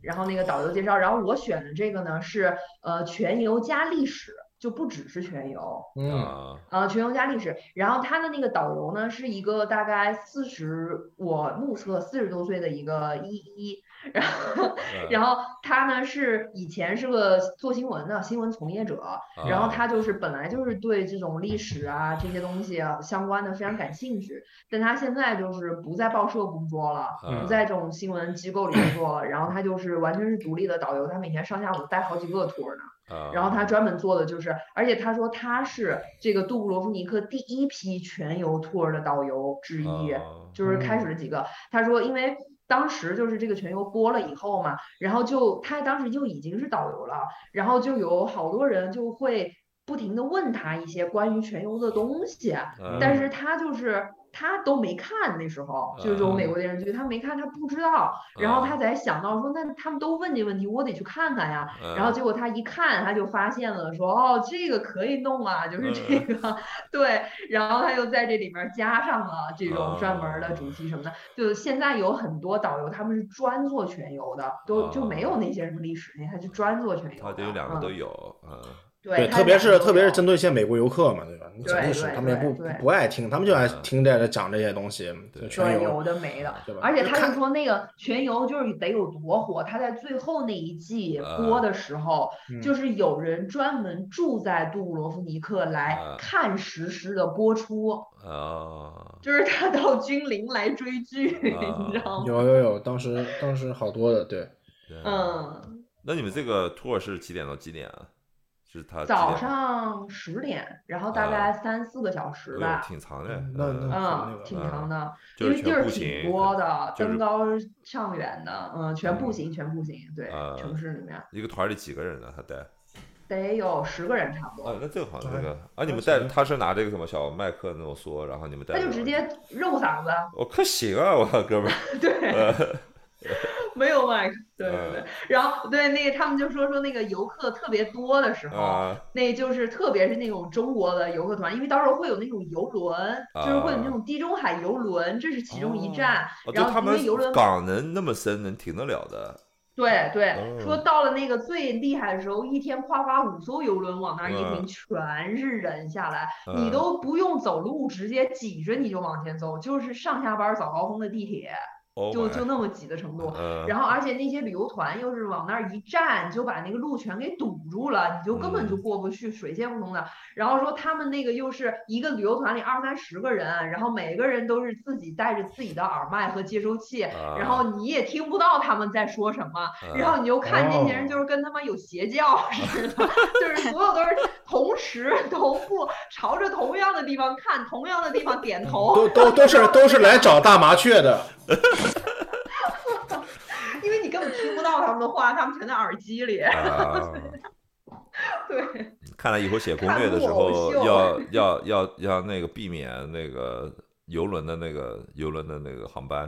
Speaker 3: 然后那个导游介绍，然后我选的这个呢是呃全游加历史，就不只是全游，
Speaker 4: 嗯，
Speaker 2: 啊，
Speaker 3: 呃，全游加历史。然后他的那个导游呢，是一个大概四十，我目测四十多岁的一个一一，然后
Speaker 2: 啊嗯
Speaker 3: 然后他呢是以前是个做新闻的新闻从业者，
Speaker 2: 后
Speaker 3: 然后他就是本来就是对这种历史啊这些东西啊相关的非常感兴趣，但他现在就是不在报社工作了。
Speaker 2: 啊
Speaker 3: 不嗯在这种新闻机构里工作了，然后他就是完全是独立的导游，他每天上下午带好几个 tour 呢。
Speaker 2: 啊
Speaker 3: 然后他专门做的就是，而且他说他是这个杜布罗夫尼克第一批全游 tour 的导游之一，
Speaker 2: 啊
Speaker 3: 就是
Speaker 4: 嗯
Speaker 3: 开始了几个。他说，因为当时就是这个全游播了以后嘛，然后就他当时就已经是导游了，然后就有好多人就会不停的问他一些关于全游的东西，
Speaker 2: 嗯
Speaker 4: 嗯
Speaker 3: 但是他就是他都没看，那时候就是这种美
Speaker 4: 嗯
Speaker 3: 国电视剧，他没看，他不知道，然
Speaker 2: 嗯
Speaker 3: 后他才想到说，那他们都问这个问题，我得去看看呀。
Speaker 2: 嗯
Speaker 3: 然后结果他一看，他就发现了，说哦，这个可以弄啊，就是
Speaker 2: 嗯
Speaker 3: 这个，对。然后他又在这里面加上了这种专门的主题什么
Speaker 2: 哦
Speaker 3: 的。就现在有很多导游，他们是专做全游的，都就没有那些什么历史那些，他就专做全游
Speaker 2: 哦他
Speaker 3: 的。
Speaker 2: 得有两个都
Speaker 3: 嗯
Speaker 2: 有，嗯，
Speaker 3: 对，它
Speaker 4: 特别
Speaker 3: 两
Speaker 4: 是
Speaker 3: 个都
Speaker 4: 特别是
Speaker 3: 有
Speaker 4: 针对一些美国游客嘛，对吧？你讲
Speaker 3: 对
Speaker 4: 历史，
Speaker 3: 对
Speaker 4: 他们也不
Speaker 3: 对对嗯
Speaker 4: 不爱听，他们就爱听这个讲这些东西，就全
Speaker 3: 对，
Speaker 4: 游。
Speaker 3: 的没的
Speaker 4: 对吧，
Speaker 3: 而且
Speaker 4: 就
Speaker 3: 他
Speaker 4: 看
Speaker 3: 就说那个全游就是得有多火，他在最后那一季播的时候，
Speaker 4: 嗯
Speaker 3: 就是有人专门住在杜布罗夫尼克来
Speaker 2: 啊
Speaker 3: 看实时的播出，
Speaker 2: 啊，
Speaker 3: 就是他到君临来追剧，
Speaker 2: 啊
Speaker 3: 你知道吗？
Speaker 4: 有有有，当时当时好多的，对，
Speaker 2: 对，
Speaker 3: 嗯，
Speaker 2: 那你们这个 tour 是几点到几点啊？是他几
Speaker 3: 早
Speaker 2: 点
Speaker 3: 上十点，然后大
Speaker 2: 啊
Speaker 3: 概三四个小时
Speaker 2: 哎呦
Speaker 3: 吧，
Speaker 2: 挺长的，
Speaker 4: 那
Speaker 2: 嗯
Speaker 4: 那
Speaker 3: 嗯，挺
Speaker 2: 嗯
Speaker 3: 长的，
Speaker 2: 就
Speaker 3: 因为
Speaker 2: 是
Speaker 3: 地
Speaker 2: 全
Speaker 3: 儿
Speaker 2: 步
Speaker 3: 挺
Speaker 2: 行
Speaker 3: 多的，
Speaker 2: 就是
Speaker 3: 登高上远的，嗯，全步行，全步行，对
Speaker 2: 啊，
Speaker 3: 城市里面。
Speaker 2: 一个团里几个人呢？他带啊，
Speaker 3: 得有十个人差不多，
Speaker 2: 那这个好像
Speaker 4: 对
Speaker 2: 那个啊，你们
Speaker 4: 那
Speaker 2: 带
Speaker 4: 行
Speaker 2: 他是拿这个什么小麦克那种梭，然后你们带
Speaker 3: 他就
Speaker 2: 着
Speaker 3: 直
Speaker 2: 玩
Speaker 3: 接肉嗓子，
Speaker 2: 我可行啊，我哥们儿，
Speaker 3: 对，
Speaker 2: 啊
Speaker 3: 没有麦 克， 对对
Speaker 2: 嗯
Speaker 3: 对。然后对那个他们就说说那个游客特别多的时候，
Speaker 2: 啊
Speaker 3: 那就是特别是那种中国的游客团，因为到时候会有那种游轮，就是会有那
Speaker 2: 啊
Speaker 3: 种地中海游轮，这是其中一站。
Speaker 2: 哦就
Speaker 3: 然后
Speaker 2: 他
Speaker 3: 因为
Speaker 2: 们
Speaker 3: 游轮
Speaker 2: 港能那么深，能停得了的
Speaker 3: 对对
Speaker 2: 哦，
Speaker 3: 说到了那个最厉害的时候，一天夸夸五艘游轮往那儿一
Speaker 2: 嗯
Speaker 3: 停，全是人下来，你
Speaker 2: 嗯
Speaker 3: 都不用走路，直接挤着你就往前走，就是上下班早高峰的地铁。
Speaker 2: ，Oh
Speaker 3: 就
Speaker 2: my
Speaker 3: 就那么挤的程度。
Speaker 2: 嗯
Speaker 3: 然后，而且那些旅游团又是往那儿一站，就把那个路全给堵住了，你就根本就
Speaker 2: 嗯
Speaker 3: 过不去，水泄不通的。然后说他们那个又是一个旅游团里二三十个人，然后每个人都是自己带着自己的耳麦和接收器，
Speaker 2: 啊
Speaker 3: 然后你也听不到他们在说什么，然后你就看这些人
Speaker 2: 哦
Speaker 3: 就是跟他妈有邪 教似的，就是所有都是同时同步朝着同样的地方看，同样的地方点头，
Speaker 4: 都都都是都是来找大麻雀的，
Speaker 2: 嗯
Speaker 3: 因为你根本听不到他们的话，他们全在耳机里。
Speaker 2: 啊，
Speaker 3: 对，
Speaker 2: 看来以后写攻略的时候
Speaker 3: 看木偶秀啊
Speaker 2: 要要要要那个避免那个游轮的那个游轮的那个航班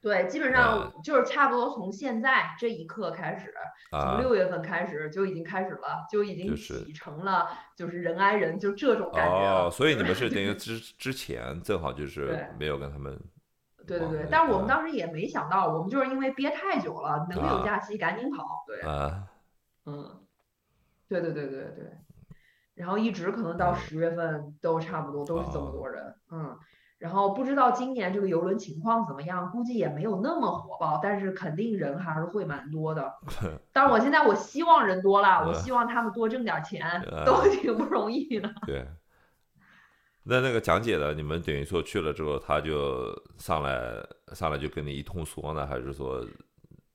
Speaker 3: 对，基本
Speaker 2: 嗯
Speaker 3: 上就是差不多从现在这一刻开始，从
Speaker 2: 啊，
Speaker 3: 六月份开始就已经开始了，就已经
Speaker 2: 就是
Speaker 3: 挤成了就是人挨人，就这种感觉
Speaker 2: 哦
Speaker 3: 了。，
Speaker 2: 所以你们 是等于之之前正好就是
Speaker 3: 对
Speaker 2: 没有跟他们
Speaker 3: 对对
Speaker 2: 往
Speaker 3: 对
Speaker 2: 那，啊
Speaker 3: 但是我
Speaker 2: 个
Speaker 3: 们当时也没想到，我们就是因为憋太久了，能有
Speaker 2: 啊
Speaker 3: 假期赶紧跑。对，
Speaker 2: 啊，
Speaker 3: 嗯，对对对对对。然后一直可能到十月份都差不多都是这么
Speaker 2: 哦
Speaker 3: 多人，嗯。然后不知道今年这个游轮情况怎么样，估计也没有那么火爆，但是肯定人还是会蛮多 的。但是我现在我希望人多了，我
Speaker 2: 嗯
Speaker 3: 希望他们多挣点钱，
Speaker 2: 嗯
Speaker 3: 都挺不容易的。
Speaker 2: 对。那那个讲解的，你们等于说去了之后，他就上来上来就跟你一通说呢，还是说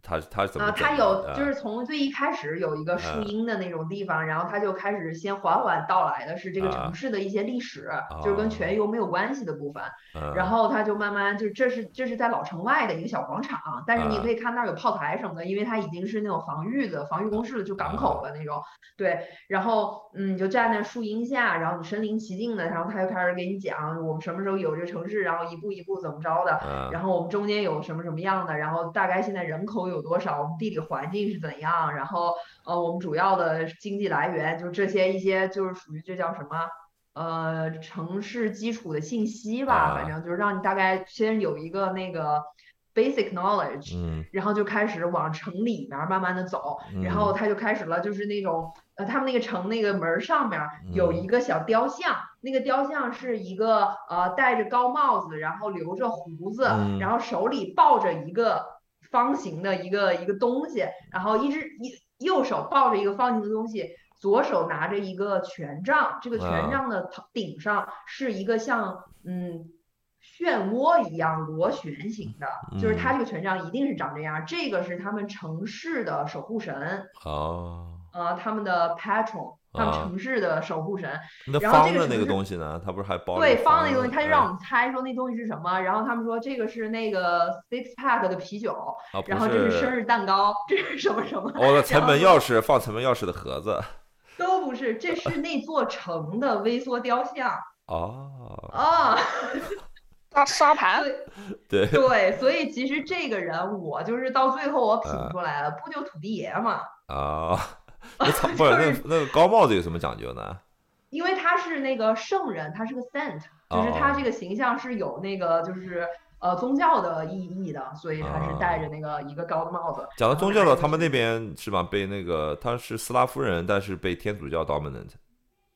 Speaker 2: 他他怎么
Speaker 3: 啊，
Speaker 2: 整的？
Speaker 3: 他有
Speaker 2: 啊
Speaker 3: 就是从最一开始有一个树
Speaker 2: 嗯
Speaker 3: 荫的那种地方，然后他就开始先缓缓道来的是这个
Speaker 2: 啊
Speaker 3: 城市的一些历史，
Speaker 2: 哦
Speaker 3: 就是跟全游没有关系的部分。
Speaker 2: 嗯
Speaker 3: 然后他就慢慢就这是这是在老城外的一个小广场，但是你
Speaker 2: 啊
Speaker 3: 可以看那儿有炮台什么的，因为它已经是那种防御的防御工事了，就港口了那种。对，然后嗯，你就站在树荫下，然后你身临其境的，然后他就开始给你讲我们什么时候有这个城市，然后一步一步怎么着的，
Speaker 2: 嗯
Speaker 3: 然后我们中间有什么什么样的，然后大概现在人口有多少，我们地理环境是怎样，然后呃，我们主要的经济来源就是这些一些就是属于这叫什么？呃，城市基础的信息吧，
Speaker 2: 啊
Speaker 3: 反正就是让你大概先有一个那个 basic knowledge，
Speaker 2: 嗯
Speaker 3: 然后就开始往城里面慢慢的走，然
Speaker 2: 嗯
Speaker 3: 后他就开始了，就是那种呃，他们那个城那个门儿上面儿
Speaker 2: 嗯
Speaker 3: 有一个小雕像，那个雕像是一个呃戴着高帽子，然后留着胡子，
Speaker 2: 嗯
Speaker 3: 然后手里抱着一个方形的一个一个东西，然后一只一右手抱着一个方形的东西。左手拿着一个权杖，这个
Speaker 2: 啊
Speaker 3: 权杖的头顶上是一个像嗯漩涡一样螺旋形的，
Speaker 2: 嗯
Speaker 3: 就是它这个权杖一定是长这样。这个是他们城市的守护神，
Speaker 2: 哦，
Speaker 3: 呃，他们的 patron，他们
Speaker 2: 啊
Speaker 3: 城市的守护神。
Speaker 2: 那
Speaker 3: 然后
Speaker 2: 方
Speaker 3: 这个
Speaker 2: 的
Speaker 3: 城
Speaker 2: 那个
Speaker 3: 市
Speaker 2: 东西呢？他不是还包了
Speaker 3: 对，
Speaker 2: 个
Speaker 3: 方
Speaker 2: 方
Speaker 3: 那个东西，
Speaker 2: 的
Speaker 3: 他就
Speaker 2: 嗯
Speaker 3: 让我们猜说那东西是什么，然后他们说这个是那个 six pack 的啤酒，
Speaker 2: 啊不
Speaker 3: 然后这是生
Speaker 2: 日
Speaker 3: 日蛋糕， 这是什么什么，
Speaker 2: 哦，那城
Speaker 3: 后
Speaker 2: 门钥匙放城门钥匙的盒子
Speaker 3: 都不是，这是那座城的微缩 雕像
Speaker 2: 哦，
Speaker 3: 啊。
Speaker 5: 刷刷盘，
Speaker 2: 对，
Speaker 3: 对，所以其实这个人我就是到最后我
Speaker 2: 嗯
Speaker 3: 品出来了，不就土地爷嘛？
Speaker 2: 啊，那 草不是那
Speaker 3: 就是
Speaker 2: 那个高帽子有什么讲究呢？
Speaker 3: 因为他是那个圣人，他是个 saint，就是他
Speaker 2: 哦
Speaker 3: 这个形象是有那个就是呃宗教的意义的，所以还是戴
Speaker 2: 哦
Speaker 3: 着那个一个高的帽子。
Speaker 2: 讲到宗教
Speaker 3: 然后
Speaker 2: 了，
Speaker 3: 还
Speaker 2: 他
Speaker 3: 有
Speaker 2: 们
Speaker 3: 是
Speaker 2: 那边是吧？被那个他是斯拉夫人，但是被天主教 dominant，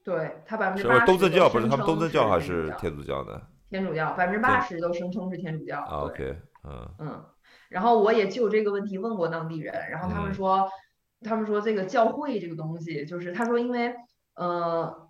Speaker 3: 对他百分之
Speaker 2: 是
Speaker 3: 八
Speaker 2: 呃
Speaker 3: 十
Speaker 2: 东正教不是他们
Speaker 3: 声
Speaker 2: 东正教还
Speaker 3: 称
Speaker 2: 是
Speaker 3: 天
Speaker 2: 天主
Speaker 3: 主教
Speaker 2: 教呢？
Speaker 3: 天主教，百分之八十都声称是天主教。
Speaker 2: 啊
Speaker 3: 对
Speaker 2: ，OK，嗯，
Speaker 3: 嗯，然后我也就这个问题问过当地人，然后他们
Speaker 2: 嗯
Speaker 3: 说，他们说这个教会这个东西，就是他说因为呃，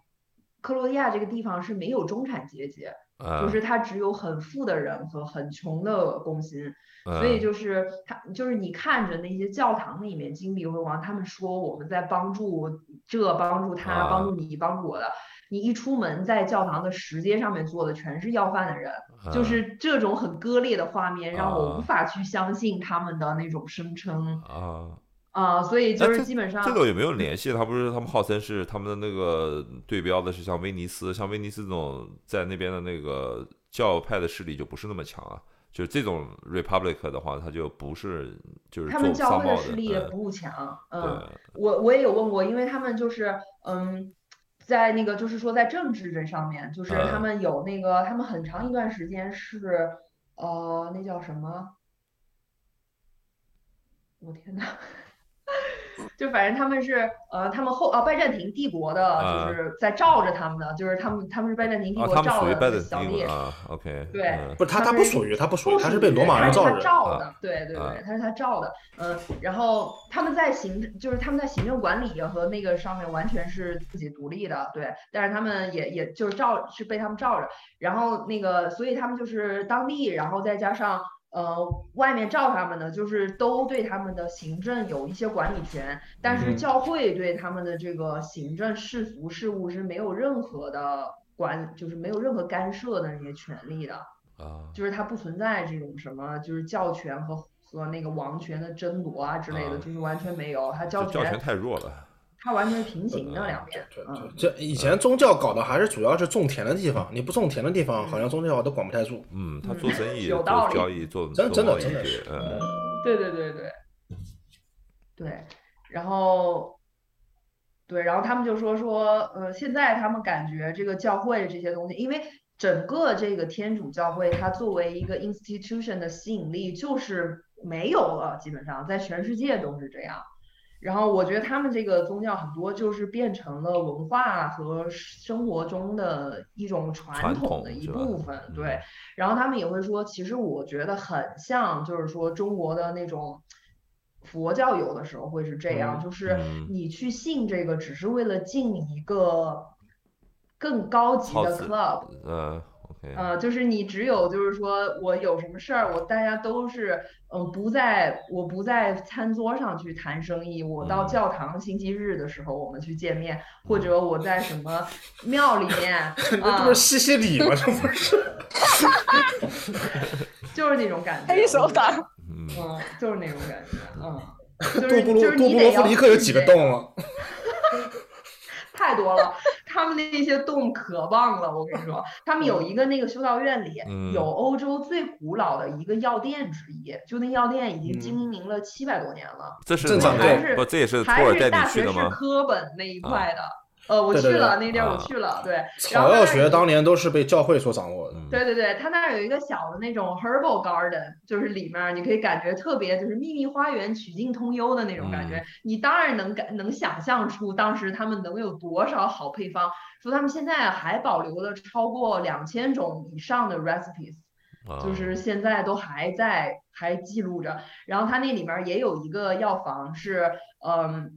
Speaker 3: 克罗地亚这个地方是没有中产阶级，就
Speaker 2: 啊，
Speaker 3: 是它只有很富的人和很穷的工薪，所以
Speaker 2: 嗯
Speaker 3: 就是他就是你看着那些教堂里面金碧辉煌，他们说我们在帮助这帮助他
Speaker 2: 啊
Speaker 3: 帮助你帮助我的，你一出门在教堂的石阶上面坐的全是要饭的人。就
Speaker 2: 嗯
Speaker 3: 是这种很割裂的画面，让我
Speaker 2: 啊
Speaker 3: 无法去相信他们的那种声称
Speaker 2: 啊，
Speaker 3: 啊、所以就
Speaker 2: 那
Speaker 3: 是基本上
Speaker 2: 哎这个有没有联系？他不是他们号称是他们的那个对标的是像威尼斯，像威尼斯这种在那边的那个教派的势力就不是那么强啊。就是这种 republic 的话，他就不是就是
Speaker 3: 他
Speaker 2: 做
Speaker 3: 们教
Speaker 2: 商
Speaker 3: 会
Speaker 2: 贸
Speaker 3: 的势力也不强。
Speaker 2: 嗯
Speaker 3: 嗯，
Speaker 2: 对
Speaker 3: 我我也有问过，因为他们就是嗯，在那个就是说在政治这上面，就是他
Speaker 2: 嗯
Speaker 3: 们有那个他们很长一段时间是呃那叫什么？我天呐， 就反正他们是呃，他们后啊拜占庭帝国的，
Speaker 2: 啊
Speaker 3: 就是在罩着他们的，就是他们他们是拜占庭帝
Speaker 2: 啊，
Speaker 3: 国
Speaker 2: 他们
Speaker 3: 罩
Speaker 2: 属于
Speaker 3: 着
Speaker 2: 拜
Speaker 3: 的
Speaker 2: 占
Speaker 3: 小
Speaker 2: 庭帝
Speaker 3: 弟
Speaker 2: 国， 啊，OK，
Speaker 3: 对
Speaker 2: 嗯
Speaker 4: 不是他，
Speaker 3: 他
Speaker 4: 他
Speaker 3: 们
Speaker 4: 不属于，他不属于，他是被
Speaker 3: 属于
Speaker 4: 罗马人
Speaker 3: 他
Speaker 4: 造
Speaker 3: 是
Speaker 4: 人
Speaker 3: 他
Speaker 4: 的。
Speaker 3: 照的，对对对
Speaker 2: 啊，
Speaker 3: 他是他照的，嗯，然后他们在行，就是他们在行政管理和那个上面完全是自己独立的，对，但是他们也也就是照是被他们照着，然后那个，所以他们就是当地，然后再加上。呃，外面照他们的就是都对他们的行政有一些管理权，但是
Speaker 4: 嗯
Speaker 3: 教会对他们的这个行政世俗事务是没有任何的管，就是没有任何干涉的那些权利的。
Speaker 2: 啊，
Speaker 3: 就是它不存在这种什么就是教权和和那个王权的争夺啊之类的，
Speaker 2: 啊
Speaker 3: 就是完全没有。它
Speaker 2: 这
Speaker 3: 教
Speaker 2: 教
Speaker 3: 权
Speaker 2: 权太弱了，
Speaker 3: 它完全是平行的两边。
Speaker 4: 对对
Speaker 3: 嗯，，
Speaker 4: 这以前宗教搞的还是主要是种田的地方，你不种田的地方，好像宗教都管不太住。
Speaker 2: 嗯，他
Speaker 3: 嗯
Speaker 2: 做生意、
Speaker 3: 有
Speaker 2: 做
Speaker 3: 道理
Speaker 2: 交易、做
Speaker 4: 真
Speaker 2: 做
Speaker 4: 真的
Speaker 2: 贸易，
Speaker 4: 真的
Speaker 2: 对
Speaker 4: 是，
Speaker 2: 嗯，
Speaker 3: 对对对对对，然后对，然后他们就说说，呃，现在他们感觉这个教会这些东西，因为整个这个天主教会，它作为一个 institution 的吸引力就是没有了，基本上在全世界都是这样。然后我觉得他们这个宗教很多就是变成了文化和生活中的一种传
Speaker 2: 传
Speaker 3: 统
Speaker 2: 统
Speaker 3: 的一
Speaker 2: 是吧
Speaker 3: 部分，对。
Speaker 2: 嗯
Speaker 3: 然后他们也会说，其实我觉得很像，就是说中国的那种佛教，有的时候会是这样，
Speaker 4: 嗯
Speaker 3: 就是
Speaker 2: 嗯
Speaker 3: 你去信这个，只是为了进一个更高级
Speaker 2: 好
Speaker 3: 的
Speaker 2: 自
Speaker 3: club。
Speaker 2: 呃，OK，
Speaker 3: 呃，就是你只有就是说我有什么事儿，我大家都是嗯、呃不在我不在餐桌上去谈生意，我到
Speaker 2: 嗯
Speaker 3: 教堂星期日的时候我们去见面，
Speaker 2: 嗯
Speaker 3: 或者我在什么庙里面 啊，
Speaker 4: 那这不是西西里吗？这不是？
Speaker 3: 就是那种感觉。
Speaker 5: 黑手
Speaker 3: 嗯
Speaker 5: 党，
Speaker 2: 嗯，
Speaker 3: 嗯，就是那种感觉， 嗯，就
Speaker 4: 杜
Speaker 3: 是
Speaker 4: 布
Speaker 3: 就
Speaker 4: 罗
Speaker 3: 是
Speaker 4: 杜
Speaker 3: 你
Speaker 4: 布
Speaker 3: 得
Speaker 4: 罗
Speaker 3: 要
Speaker 4: 夫尼克有几个
Speaker 3: 信这
Speaker 4: 洞 啊？
Speaker 3: 太多了， 他们那些洞可棒了，我跟你说，他们有
Speaker 4: 嗯
Speaker 3: 一个那个修道院里
Speaker 2: 嗯
Speaker 3: 有欧洲最古老的一个药店之一，就那药店已经
Speaker 4: 嗯
Speaker 3: 经营了七百多年了，
Speaker 2: 这是
Speaker 4: 正常
Speaker 2: 还
Speaker 3: 对
Speaker 2: 不，这也是托
Speaker 3: 还
Speaker 2: 尔带
Speaker 3: 是大
Speaker 2: 你去
Speaker 3: 学
Speaker 2: 的
Speaker 3: 士
Speaker 2: 吗？
Speaker 3: 科本那一块的。呃，我
Speaker 4: 啊对
Speaker 3: 去
Speaker 4: 对对
Speaker 3: 了那地儿，我
Speaker 2: 啊
Speaker 3: 去了，对，然后
Speaker 4: 草药
Speaker 3: 他那儿
Speaker 4: 学当年都是被教会所掌握的。
Speaker 2: 嗯
Speaker 3: 对对对，它那儿有一个小的那种 herbal garden，就是里面儿你可以感觉特别就是秘密花园、曲径通幽的那种感觉。
Speaker 2: 嗯
Speaker 3: 你当然能感能想象出当时他们能有多少好配方，说他们现在还保留了超过两千种以上的 recipes，
Speaker 2: 啊
Speaker 3: 就是现在都还在还记录着。然后它那里面儿也有一个药房是，嗯。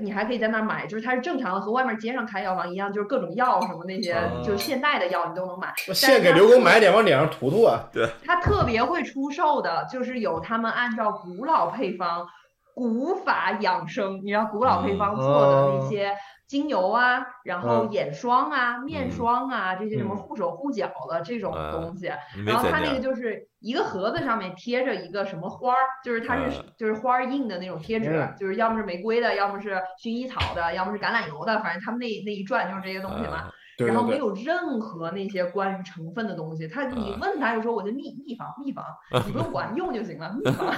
Speaker 3: 你还可以在那儿买，就是它是正常的，和外面街上开药房一样，就是各种药什么那些，就是
Speaker 4: 啊
Speaker 3: 现代的药你都能买。
Speaker 4: 我献给刘工买点，往脸上涂涂 啊！
Speaker 3: 他特别会出售的，就是有他们按照古老配方、古法养生，你知道古老配方做的那些精油啊，然后
Speaker 4: 嗯
Speaker 3: 眼霜啊、面
Speaker 2: 嗯
Speaker 3: 霜啊，这些什么
Speaker 4: 嗯
Speaker 3: 护手护脚的这种
Speaker 2: 嗯
Speaker 3: 东西。
Speaker 2: 你没
Speaker 3: 然后
Speaker 2: 在啊
Speaker 3: 它那个
Speaker 2: 家，
Speaker 3: 就是一个盒子上面贴着一个什么花儿，就是它是、
Speaker 2: 嗯
Speaker 3: 就是花儿印的那种贴纸，
Speaker 4: 嗯
Speaker 3: 就是要么是玫瑰的，要么是薰衣草的，要么是橄榄油的，反正他们那那一转就是这些东西嘛。
Speaker 2: 啊
Speaker 4: 对
Speaker 3: 然后没
Speaker 4: 对对，
Speaker 3: 有任何那些关于成分的东西。他你
Speaker 4: 嗯
Speaker 2: 啊
Speaker 3: 问他就说我的秘秘方秘 方，你不用管用就行了秘方。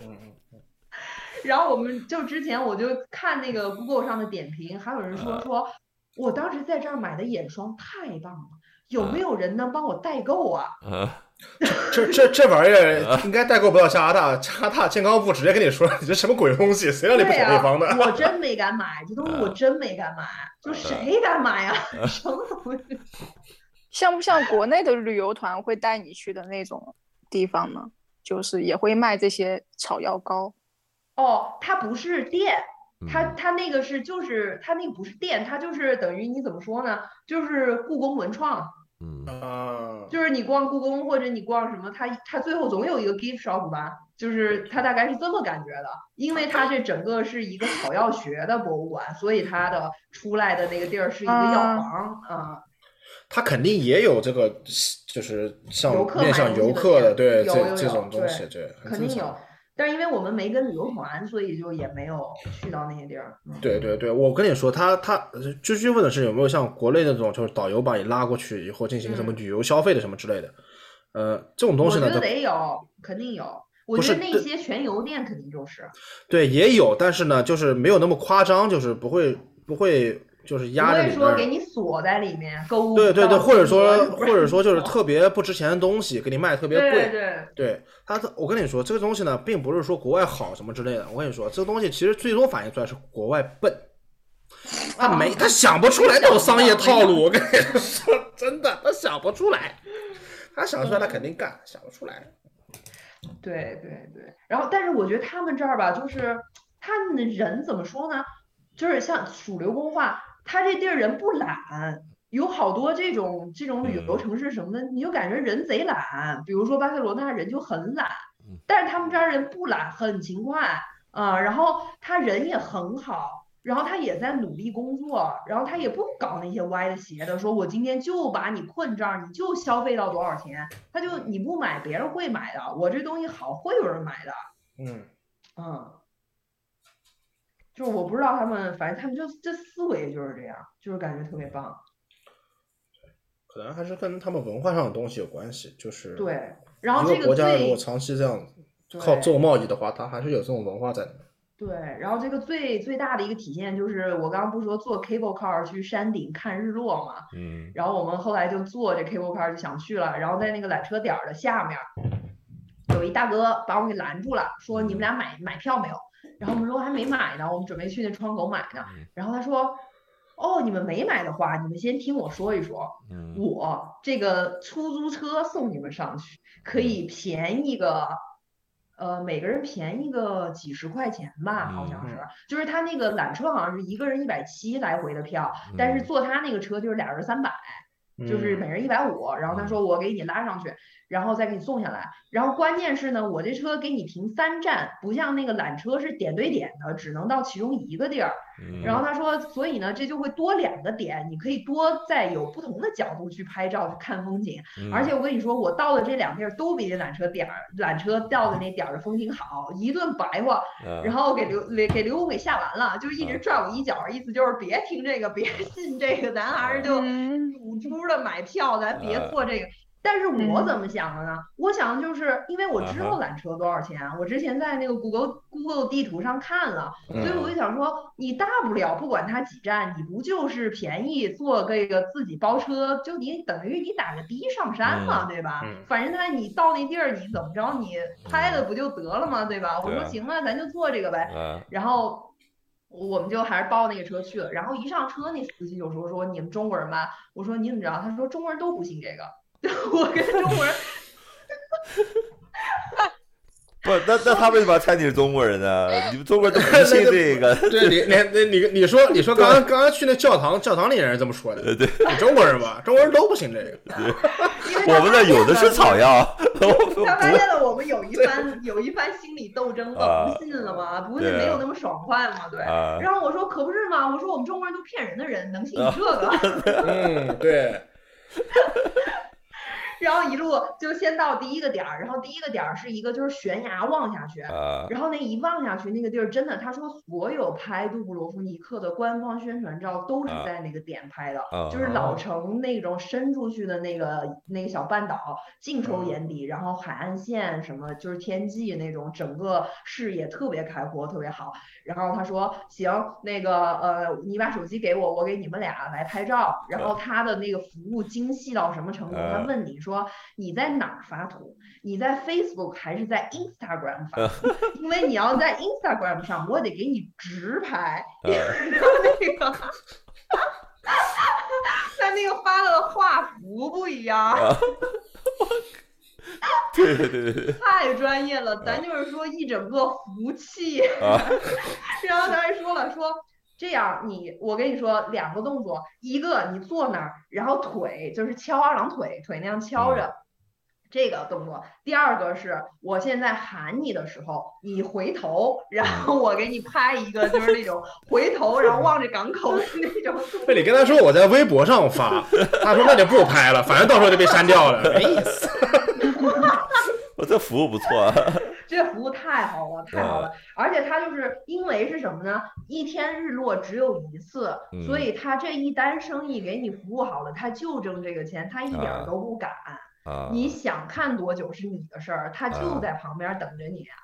Speaker 4: 嗯
Speaker 3: 然后我们就之前我就看那个 Google 上的点评，还有人说
Speaker 2: 啊
Speaker 4: 嗯
Speaker 3: 说我当时在这儿买的眼霜太棒了，有
Speaker 4: 嗯
Speaker 2: 啊
Speaker 3: 没有人能帮我代购啊？
Speaker 2: 啊
Speaker 4: 这这这玩意 儿应该代购不到加拿大，加拿大健康部直接跟你说，你这什么鬼东西，谁让你不
Speaker 3: 对
Speaker 4: 选
Speaker 3: 呀、
Speaker 4: 配方的？嗯
Speaker 3: 我真没敢买，这东西我真没敢买，就谁敢买啊呀、什么东西？
Speaker 5: 像不像国内的旅游团会带你去的那种地方呢？就是也会卖这些草药膏，
Speaker 3: 哦，它不是店，
Speaker 2: 嗯
Speaker 3: 它它那个是就是它那个不是店，它就是等于你怎么说呢？就是故宫文创，呃
Speaker 2: 嗯，
Speaker 4: 啊，
Speaker 3: 就是你逛故宫或者你逛什么，它它最后总有一个 gift shop 吧，就是它大概是这么感觉的，因为它这整个是一个草药学的博物馆，所以它的出来的那个地儿是一个药
Speaker 5: 啊
Speaker 3: 房啊，
Speaker 4: 他肯定也有这个，就是像
Speaker 3: 游客买
Speaker 4: 面向
Speaker 3: 东西
Speaker 4: 游
Speaker 3: 的
Speaker 4: 客的，对
Speaker 3: 店有
Speaker 4: 这
Speaker 3: 有
Speaker 4: 这
Speaker 3: 有
Speaker 4: 种东
Speaker 3: 对
Speaker 4: 西，对，很
Speaker 3: 肯定
Speaker 4: 正常
Speaker 3: 有。但是因为我们没跟旅游团，所以就也没有去到那些地儿。嗯
Speaker 4: 对对对，我跟你说，他他居居问的是有没有像国内那种，就是导游把你拉过去以后进行什么
Speaker 3: 嗯
Speaker 4: 旅游消费的什么之类的，呃，这种东
Speaker 3: 我
Speaker 4: 西
Speaker 3: 觉
Speaker 4: 呢，
Speaker 3: 得
Speaker 4: 它
Speaker 3: 得有，肯定有。我
Speaker 4: 不
Speaker 3: 觉
Speaker 4: 是
Speaker 3: 得那
Speaker 4: 对
Speaker 3: 些全游店肯定就是
Speaker 4: 对也有，但是呢，就是没有那么夸张，就是不会不会就是
Speaker 3: 不
Speaker 4: 压着
Speaker 3: 会
Speaker 4: 你那
Speaker 3: 说
Speaker 4: 儿
Speaker 3: 给。你锁在里面购物。
Speaker 4: 对对对，
Speaker 3: 到
Speaker 4: 或者
Speaker 3: 中国
Speaker 4: 说
Speaker 3: 就不
Speaker 4: 或
Speaker 3: 让
Speaker 4: 者
Speaker 3: 你
Speaker 4: 说就是
Speaker 3: 走
Speaker 4: 特别不值钱的东西给你卖特别贵，
Speaker 3: 对对
Speaker 4: 对它，它我跟你说，这个东西呢，并不是说国外好什么之类的。我跟你说，这个东西其实最终反映出来是国外笨，他
Speaker 3: 哦
Speaker 4: 没他想不出来这种商业套路。我 跟你说，真的，他想不出来，他想出来他肯定干，想不出来。
Speaker 3: 对对对，然后但是我觉得他们这儿吧，就是他们的人怎么说呢？就是像蜀刘公话，他这地儿人不懒，有好多这种这种旅游
Speaker 2: 嗯
Speaker 3: 城市什么的，你就感觉人贼懒。比如说巴塞罗那人就很懒
Speaker 2: 嗯，
Speaker 3: 但是他们这儿人不懒，很勤快啊、然后他人也很好。然后他也在努力工作，然后他也不搞那些歪的邪的，说我今天就把你困这儿，你就消费到多少钱，他就你不买，别人会买的。我这东西好，会有人买的。
Speaker 4: 嗯，
Speaker 3: 嗯，就是我不知道他们，反正他们就这思维就是这样，就是感觉特别棒。
Speaker 4: 可能还是跟他们文化上的东西有关系，就是
Speaker 3: 对，然后
Speaker 4: 一
Speaker 3: 这
Speaker 4: 个国家如
Speaker 3: 最
Speaker 4: 果长期这样靠
Speaker 3: 对
Speaker 4: 做贸易的话，它还是有这种文化在的。
Speaker 3: 对，然后这个最最大的一个体现就是我刚刚不是说坐 cable car 去山顶看日落嘛，
Speaker 2: 嗯，
Speaker 3: 然后我们后来就坐这 cable car 就想去了，然后在那个缆车点儿的下面儿，有一大哥把我给拦住了，说你们俩买买票没有？然后我们说还没买呢，我们准备去那窗口买呢
Speaker 2: 嗯。
Speaker 3: 然后他说，哦，你们没买的话，你们先听我说一说，
Speaker 2: 嗯
Speaker 3: 我这个出租车送你们上去，可以便宜个，呃，每个人便宜个几十块钱吧，好像是，就是他那个缆车好像是一个人一百七来回的票，
Speaker 2: 嗯
Speaker 3: 但是坐他那个车就是俩人三百，就是每人一百五，然后他
Speaker 2: 嗯
Speaker 3: 说我给你拉上去，然后再给你送下来，然后关键是呢，我这车给你停三站，不像那个缆车是点对点的，只能到其中一个地儿，
Speaker 2: 嗯，
Speaker 3: 然后他说，所以呢，这就会多两个点，你可以多在有不同的角度去拍照、去看风景。
Speaker 2: 嗯
Speaker 3: 而且我跟你说，我到的这两地儿都比那缆车点儿、缆车到的那点儿的风景好，一顿白话，
Speaker 2: 嗯
Speaker 3: 然后给刘给刘工给吓完了，就一直拽我衣角，意思就是别听这个，别
Speaker 2: 嗯
Speaker 3: 信这个，咱还是就
Speaker 5: 嗯
Speaker 3: 赌猪的买票，咱别
Speaker 2: 呃
Speaker 3: 做这个。但是我
Speaker 5: 嗯
Speaker 3: 怎么想的呢？我想的就是，因为我
Speaker 2: 嗯
Speaker 3: 知道缆车多少钱，我之前在那个 Google Google 地图上看了，
Speaker 2: 嗯
Speaker 3: 所以我就想说，你大不了不管它几站，你不就是便宜坐这个自己包车，就你等于你打个的上山嘛，对吧？
Speaker 4: 嗯
Speaker 3: 反正他你到那地儿，你怎么着你拍了不就得了嘛，对吧？我
Speaker 2: 嗯对
Speaker 3: 说
Speaker 2: 啊
Speaker 3: 行啊，咱就坐这个呗。
Speaker 2: 嗯
Speaker 3: 然后我们就还是包那个车去了。然后一上车，那司机就说说你们中国人吧，我说你怎么知道？他说中国人都不信这个。 我跟中国人，
Speaker 2: 不，那那他为什么要猜你是中国人呢？你们中国人都不 信这个，
Speaker 4: 对你你你你说你说刚刚刚刚去那教堂教堂里人是这么说的，
Speaker 2: 呃，对，
Speaker 4: 你中国人吧，中国人都不信这个。
Speaker 3: 因为他
Speaker 2: 我们那
Speaker 3: 发现
Speaker 2: 有的是
Speaker 3: 了
Speaker 2: 草药，
Speaker 3: 他发现了我们有一番 有一番心理斗争
Speaker 2: 啊
Speaker 3: 嘛，不信了嘛，不是
Speaker 2: 对啊
Speaker 3: 没有那么爽快嘛，对。
Speaker 2: 啊，
Speaker 3: 然后我说可不是嘛，我说我们中国人都骗人的人，能信你
Speaker 2: 啊
Speaker 3: 这个？
Speaker 4: 嗯，对。
Speaker 3: 然后一路就先到第一个点儿，然后第一个点儿是一个就是悬崖望下去，
Speaker 2: 啊，
Speaker 3: 然后那一望下去，那个地儿真的，他说所有拍杜布罗夫尼克的官方宣传照都是
Speaker 2: 啊
Speaker 3: 在那个点拍的，
Speaker 2: 啊
Speaker 3: 就是老城那种伸出去的那个那个小半岛，尽收眼底，然后海岸线什么就是天际那种，整个视野特别开阔，特别好。然后他说行，那个呃，你把手机给我，我给你们俩来拍照。然后他的那个服务精细到什么程度？他
Speaker 2: 啊
Speaker 3: 问你说。说你在哪儿发图，你在 Facebook 还是在 Instagram 发图？因为你要在 Instagram 上，我得给你直拍。
Speaker 2: 呃
Speaker 3: 然后那个，他那个发的画幅不一样。
Speaker 2: 对对对对对
Speaker 3: 太专业了，咱就是说一整个服气。
Speaker 2: 啊
Speaker 3: 然后当时说了说。这样你，我跟你说两个动作，一个你坐那儿，然后腿就是敲二郎腿，腿那样敲
Speaker 2: 嗯
Speaker 3: 着，这个动作。第二个是我现在喊你的时候，你回头，然后我给你拍一个，就是那
Speaker 2: 嗯
Speaker 3: 种回头，然后望着港口的那 种动作。
Speaker 4: 那你跟他说我在微博上发，他说那就不拍了，反正到时候就被删掉了，没意思。
Speaker 2: 我这服务不错啊，
Speaker 3: 这服务太好了，太好
Speaker 2: 嗯
Speaker 3: 了！而且它就是因为是什么呢？一天日落只有一次，
Speaker 2: 嗯
Speaker 3: 所以他这一单生意给你服务好了，他就挣这个钱，他一点儿
Speaker 2: 啊
Speaker 3: 都不赶。
Speaker 2: 啊，
Speaker 3: 你想看多久是你的事儿，他就
Speaker 2: 啊
Speaker 3: 在旁边等着你。啊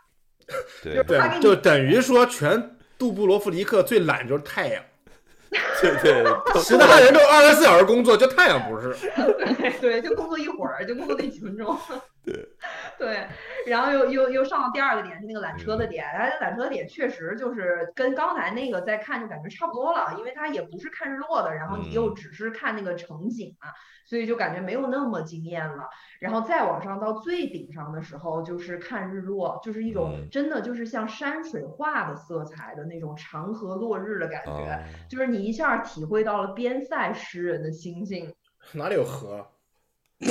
Speaker 2: 对对
Speaker 3: 他给
Speaker 4: 对，
Speaker 3: 你
Speaker 4: 就等于说全杜布罗夫尼克最懒就是太阳，
Speaker 2: 对，都
Speaker 4: 其他人都二十四小时工作，就太阳不是。
Speaker 3: 对，就工作一会儿，就工作那几分钟。 对，然后又又又上到第二个点是那个缆车的
Speaker 2: 嗯
Speaker 3: 点，然后缆车的点确实就是跟刚才那个在看就感觉差不多了，因为它也不是看日落的，然后你又
Speaker 2: 嗯
Speaker 3: 只是看那个城景嘛，所以就感觉没有那么惊艳了。然后再往上到最顶上的时候，就是看日落，就是一种
Speaker 2: 嗯
Speaker 3: 真的就是像山水画的色彩的那种长河落日的感觉，
Speaker 2: 啊，
Speaker 3: 就是你一下体会到了边塞诗人的心境。
Speaker 4: 哪里有河？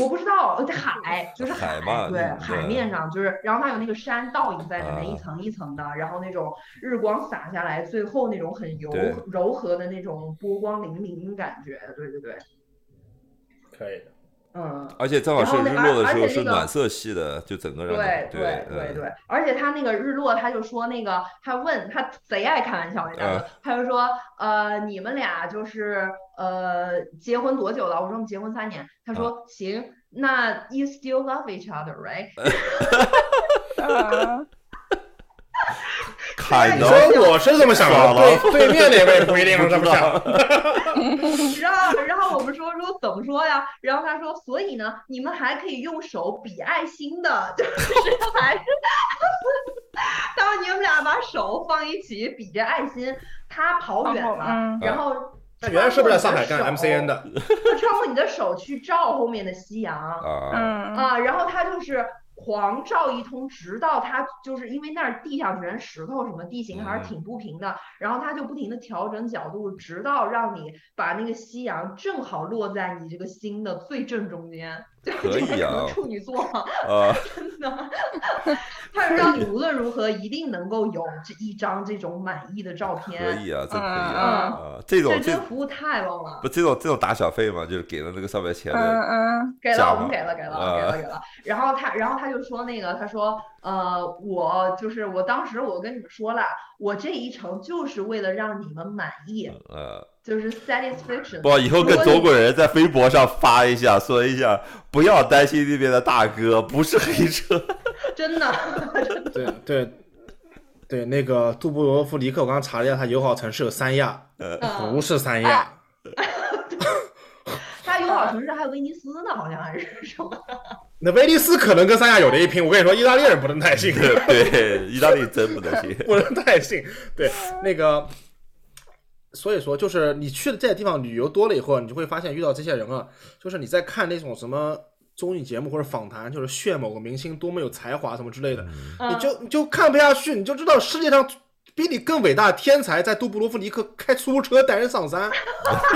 Speaker 3: 我不知道，呃海就是
Speaker 2: 海嘛
Speaker 3: 对，
Speaker 2: 嗯
Speaker 3: 海
Speaker 2: 对
Speaker 3: 面上就是，然后它有那个山倒影在里面，
Speaker 2: 啊
Speaker 3: 一层一层的，然后那种日光洒下来，最后那种很柔
Speaker 2: 对
Speaker 3: 柔和的那种波光粼粼的感觉，对对对，
Speaker 4: 可以的。
Speaker 3: 嗯。
Speaker 2: 而且正好是日落的时候是
Speaker 3: 然后那而而且那个
Speaker 2: 暖色系的，就整个让
Speaker 3: 对
Speaker 2: 你
Speaker 3: 对
Speaker 2: 对呃嗯
Speaker 3: 对，对，而且他那个日落，他就说那个，他问他贼爱开玩笑，
Speaker 2: 嗯
Speaker 3: 那大哥，他就说，呃，你们俩就是呃结婚多久了？我说我们结婚三年。他
Speaker 2: 嗯
Speaker 3: 说行，那 you still love each other, right？
Speaker 5: 啊
Speaker 2: 看
Speaker 4: 你
Speaker 2: 到
Speaker 4: 说我是这么想
Speaker 2: 耍
Speaker 4: 的，
Speaker 2: 了
Speaker 4: 对对面那位不一定是这
Speaker 2: 不
Speaker 4: 么
Speaker 2: 知道，
Speaker 3: 然
Speaker 4: 想。
Speaker 3: 后，然后我们说说怎么说呀？然后他说，所以呢，你们还可以用手比爱心的，就是还是，当你们俩把手放一起比着爱心，他跑远了，
Speaker 5: 嗯，
Speaker 3: 然后
Speaker 4: 他 原来是不是在上海
Speaker 3: 穿过
Speaker 4: 干
Speaker 3: 你
Speaker 4: MCN 的？
Speaker 3: 手？就穿过你的手去照后面的夕阳
Speaker 2: 啊，
Speaker 5: 嗯
Speaker 3: 啊，然后他就是。狂照一通，直到他就是因为那儿地上全是石头，什么地形还
Speaker 2: 嗯
Speaker 3: 是挺不平的，然后他就不停的调整角度，直到让你把那个夕阳正好落在你这个心的最正中间。对，
Speaker 2: 可
Speaker 3: 这个
Speaker 2: 以
Speaker 3: 可
Speaker 2: 啊
Speaker 3: 能处女座嘛，
Speaker 2: 啊，
Speaker 3: 真的，他让你无论如何一定能够有这一张这种满意的照
Speaker 2: 可
Speaker 3: 片。
Speaker 2: 以啊，真可以
Speaker 3: 嗯
Speaker 2: 啊，啊，这
Speaker 3: 这
Speaker 2: 种这
Speaker 3: 真服务太棒了。
Speaker 2: 不这种这种打小费嘛，就是给了那个上面钱
Speaker 5: 嗯
Speaker 2: 的，
Speaker 5: 嗯，
Speaker 3: 给了，
Speaker 2: 讲
Speaker 3: 我们
Speaker 2: 了
Speaker 3: 给了，给了，
Speaker 2: 啊
Speaker 3: 给了，给了。然后他，然后他就说那个，他说，呃，我就是我当时我跟你们说了，我这一程就是为了让你们满意，
Speaker 2: 呃，
Speaker 3: 就是 satisfaction。
Speaker 2: 不，以后跟
Speaker 3: 嗯如果你
Speaker 2: 中国人在微博上发一下，说一下，不要担心那边的大哥，不是黑车，
Speaker 3: 真的，
Speaker 4: 对对对，那个杜布罗夫尼克，我刚刚查了一下，他友好城市有三亚，
Speaker 2: 呃
Speaker 4: 不
Speaker 3: 嗯，
Speaker 4: 是三亚。
Speaker 3: 他友好城市还有威尼斯呢，好像还是什么？
Speaker 4: 那威尼斯可能跟三亚有的一拼，我跟你说，意大利人不能太信，
Speaker 2: 对，意大利真不能信
Speaker 4: 不能太信。对，那个，所以说就是你去这些地方旅游多了以后，你就会发现遇到这些人啊，就是你在看那种什么综艺节目或者访谈，就是炫某个明星多么有才华什么之类的，你
Speaker 3: 嗯
Speaker 4: 就你就看不下去，你就知道世界上比你更伟大的天才在杜布罗夫尼克开出租车带人 上山，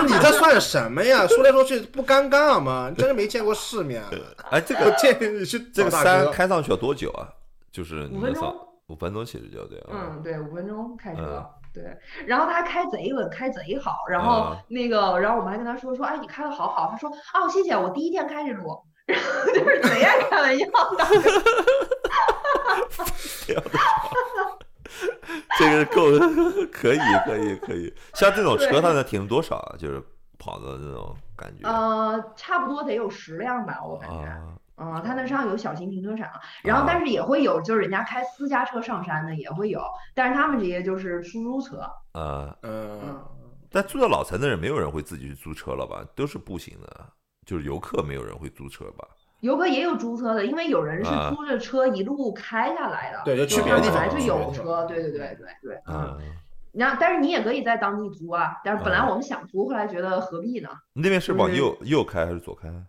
Speaker 4: 你这算什么呀？说来说去不尴尬吗？你真是没见过 世面。啊
Speaker 2: 哎，这
Speaker 4: 我
Speaker 2: 个
Speaker 4: 建议你去
Speaker 2: 这
Speaker 4: 找
Speaker 2: 个
Speaker 4: 大
Speaker 2: 山
Speaker 4: 哥
Speaker 2: 开上去要多久啊？就是你
Speaker 3: 五分
Speaker 2: 们上
Speaker 3: 钟。
Speaker 2: 五分钟其实就对啊，
Speaker 3: 嗯，对，五分钟开车
Speaker 2: 嗯。
Speaker 3: 对，然后他开贼稳，开贼好，然后
Speaker 2: 嗯
Speaker 3: 那个，然后我们还跟他说说，哎，你开的好好。他说，哦，谢谢，我第一天开这路， 然后就是贼爱开玩笑的。
Speaker 2: 这个够 可以可以可以。像这种车，
Speaker 3: 对
Speaker 2: 它能停多少啊？就是跑的那种感觉
Speaker 3: 呃，差不多得有十辆吧，我感觉。
Speaker 4: 哦
Speaker 2: 啊，
Speaker 3: 嗯，它那上有小型停车场，然后但是也会有，就是人家开私家车上山的也会有，但是他们这些就是出租车。
Speaker 2: 呃，
Speaker 4: 嗯
Speaker 3: 嗯，，
Speaker 2: 但住到老城的人，没有人会自己去租车了吧？都是步行的，就是游客，没有人会租车吧？
Speaker 3: 游客也有租车的，因为有人是
Speaker 2: 啊
Speaker 3: 租着车一路开下来的，
Speaker 4: 嗯对就去
Speaker 2: 别的地
Speaker 3: 本
Speaker 2: 方
Speaker 3: 来就
Speaker 2: 去别
Speaker 3: 有
Speaker 4: 的地
Speaker 3: 车，对对对对对，
Speaker 2: 嗯，
Speaker 3: 然后，但是你也可以在当地租啊。但是本来
Speaker 4: 嗯
Speaker 2: 啊
Speaker 3: 我们想租，后来觉得何必呢？
Speaker 2: 那边是往
Speaker 3: 嗯
Speaker 2: 右右开还是左开？啊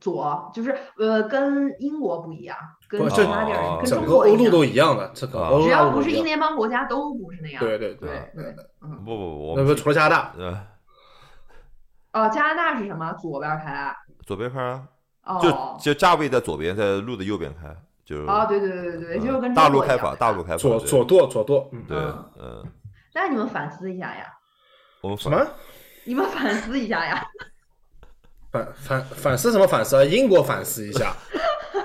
Speaker 3: 左就是呃，跟英国不一样，跟
Speaker 4: 不
Speaker 3: 其
Speaker 4: 这
Speaker 3: 他地儿
Speaker 2: 哦
Speaker 3: 跟
Speaker 4: 整
Speaker 3: 中
Speaker 4: 个
Speaker 3: 国
Speaker 4: 欧
Speaker 3: 一
Speaker 4: 陆
Speaker 3: 样
Speaker 4: 都一样的，这个
Speaker 2: 啊
Speaker 4: 欧陆
Speaker 3: 只
Speaker 4: 大
Speaker 3: 要
Speaker 4: 陆
Speaker 3: 不
Speaker 4: 都
Speaker 3: 是
Speaker 4: 一
Speaker 3: 英
Speaker 4: 样。
Speaker 3: 联邦国家都不是那样。
Speaker 4: 对对对，
Speaker 3: 对对，
Speaker 2: 不
Speaker 3: 嗯。
Speaker 2: 不不，我
Speaker 4: 那
Speaker 2: 们
Speaker 4: 不除了加拿大，
Speaker 2: 呃
Speaker 3: 哦，加拿大是什么？左边开啊？
Speaker 2: 左边开啊，就
Speaker 3: 哦
Speaker 2: 就价位在左边，在路的右边开，就是
Speaker 3: 哦，对对对对对，
Speaker 2: 嗯
Speaker 3: 就是跟
Speaker 2: 大
Speaker 3: 中
Speaker 2: 陆
Speaker 3: 国一
Speaker 2: 开
Speaker 3: 样
Speaker 2: 法，
Speaker 3: 的
Speaker 2: 大陆。开法
Speaker 4: 左
Speaker 2: 对
Speaker 4: 左舵左舵，嗯，
Speaker 2: 对，
Speaker 3: 嗯
Speaker 2: 嗯，
Speaker 3: 那你们反思一下呀，
Speaker 2: 我们
Speaker 4: 什
Speaker 2: 反
Speaker 4: 么
Speaker 3: 你们反思一下呀。
Speaker 4: 反反反思什么反思？啊？英国反思一 下，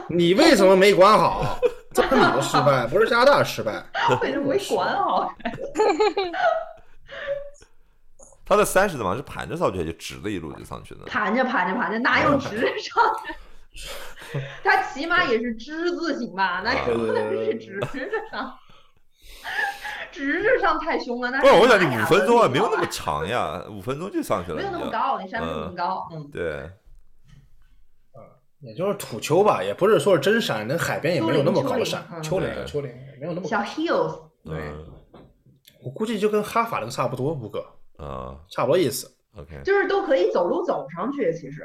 Speaker 4: 你为什么没管好？这是你的失败，不是加拿大失败。
Speaker 3: 为什么没
Speaker 2: 啊
Speaker 3: 管好？
Speaker 2: 他在三十怎么是盘着上去，就直的一路就上去的？
Speaker 3: 盘着盘着盘着，哪
Speaker 2: 嗯
Speaker 3: 有直着上 的？它起码也是之字形吧？那
Speaker 4: 对
Speaker 3: 有
Speaker 4: 对
Speaker 3: 的
Speaker 4: 对对
Speaker 3: 是直着上， 直着上太凶了。那
Speaker 2: 不是，我想
Speaker 3: 想
Speaker 2: 你五分钟啊，没有那么长呀，五分钟就上去了。
Speaker 3: 没有那
Speaker 2: 你
Speaker 3: 么
Speaker 2: 就
Speaker 3: 高，那山没有那么
Speaker 2: 嗯
Speaker 3: 高。嗯，
Speaker 2: 对，
Speaker 4: 也就是土丘吧，也不是说是真山，那海边也没有那么高的山，
Speaker 3: 丘
Speaker 4: 丘
Speaker 2: 陵
Speaker 4: 陵啊丘陵也没有那么高。
Speaker 3: 小 hills，对，
Speaker 2: 嗯
Speaker 4: 我估计就跟哈法那个差不多，五个
Speaker 2: 啊
Speaker 4: 差不多意思。
Speaker 2: ，OK，
Speaker 3: 就是都可以走路走上去。其实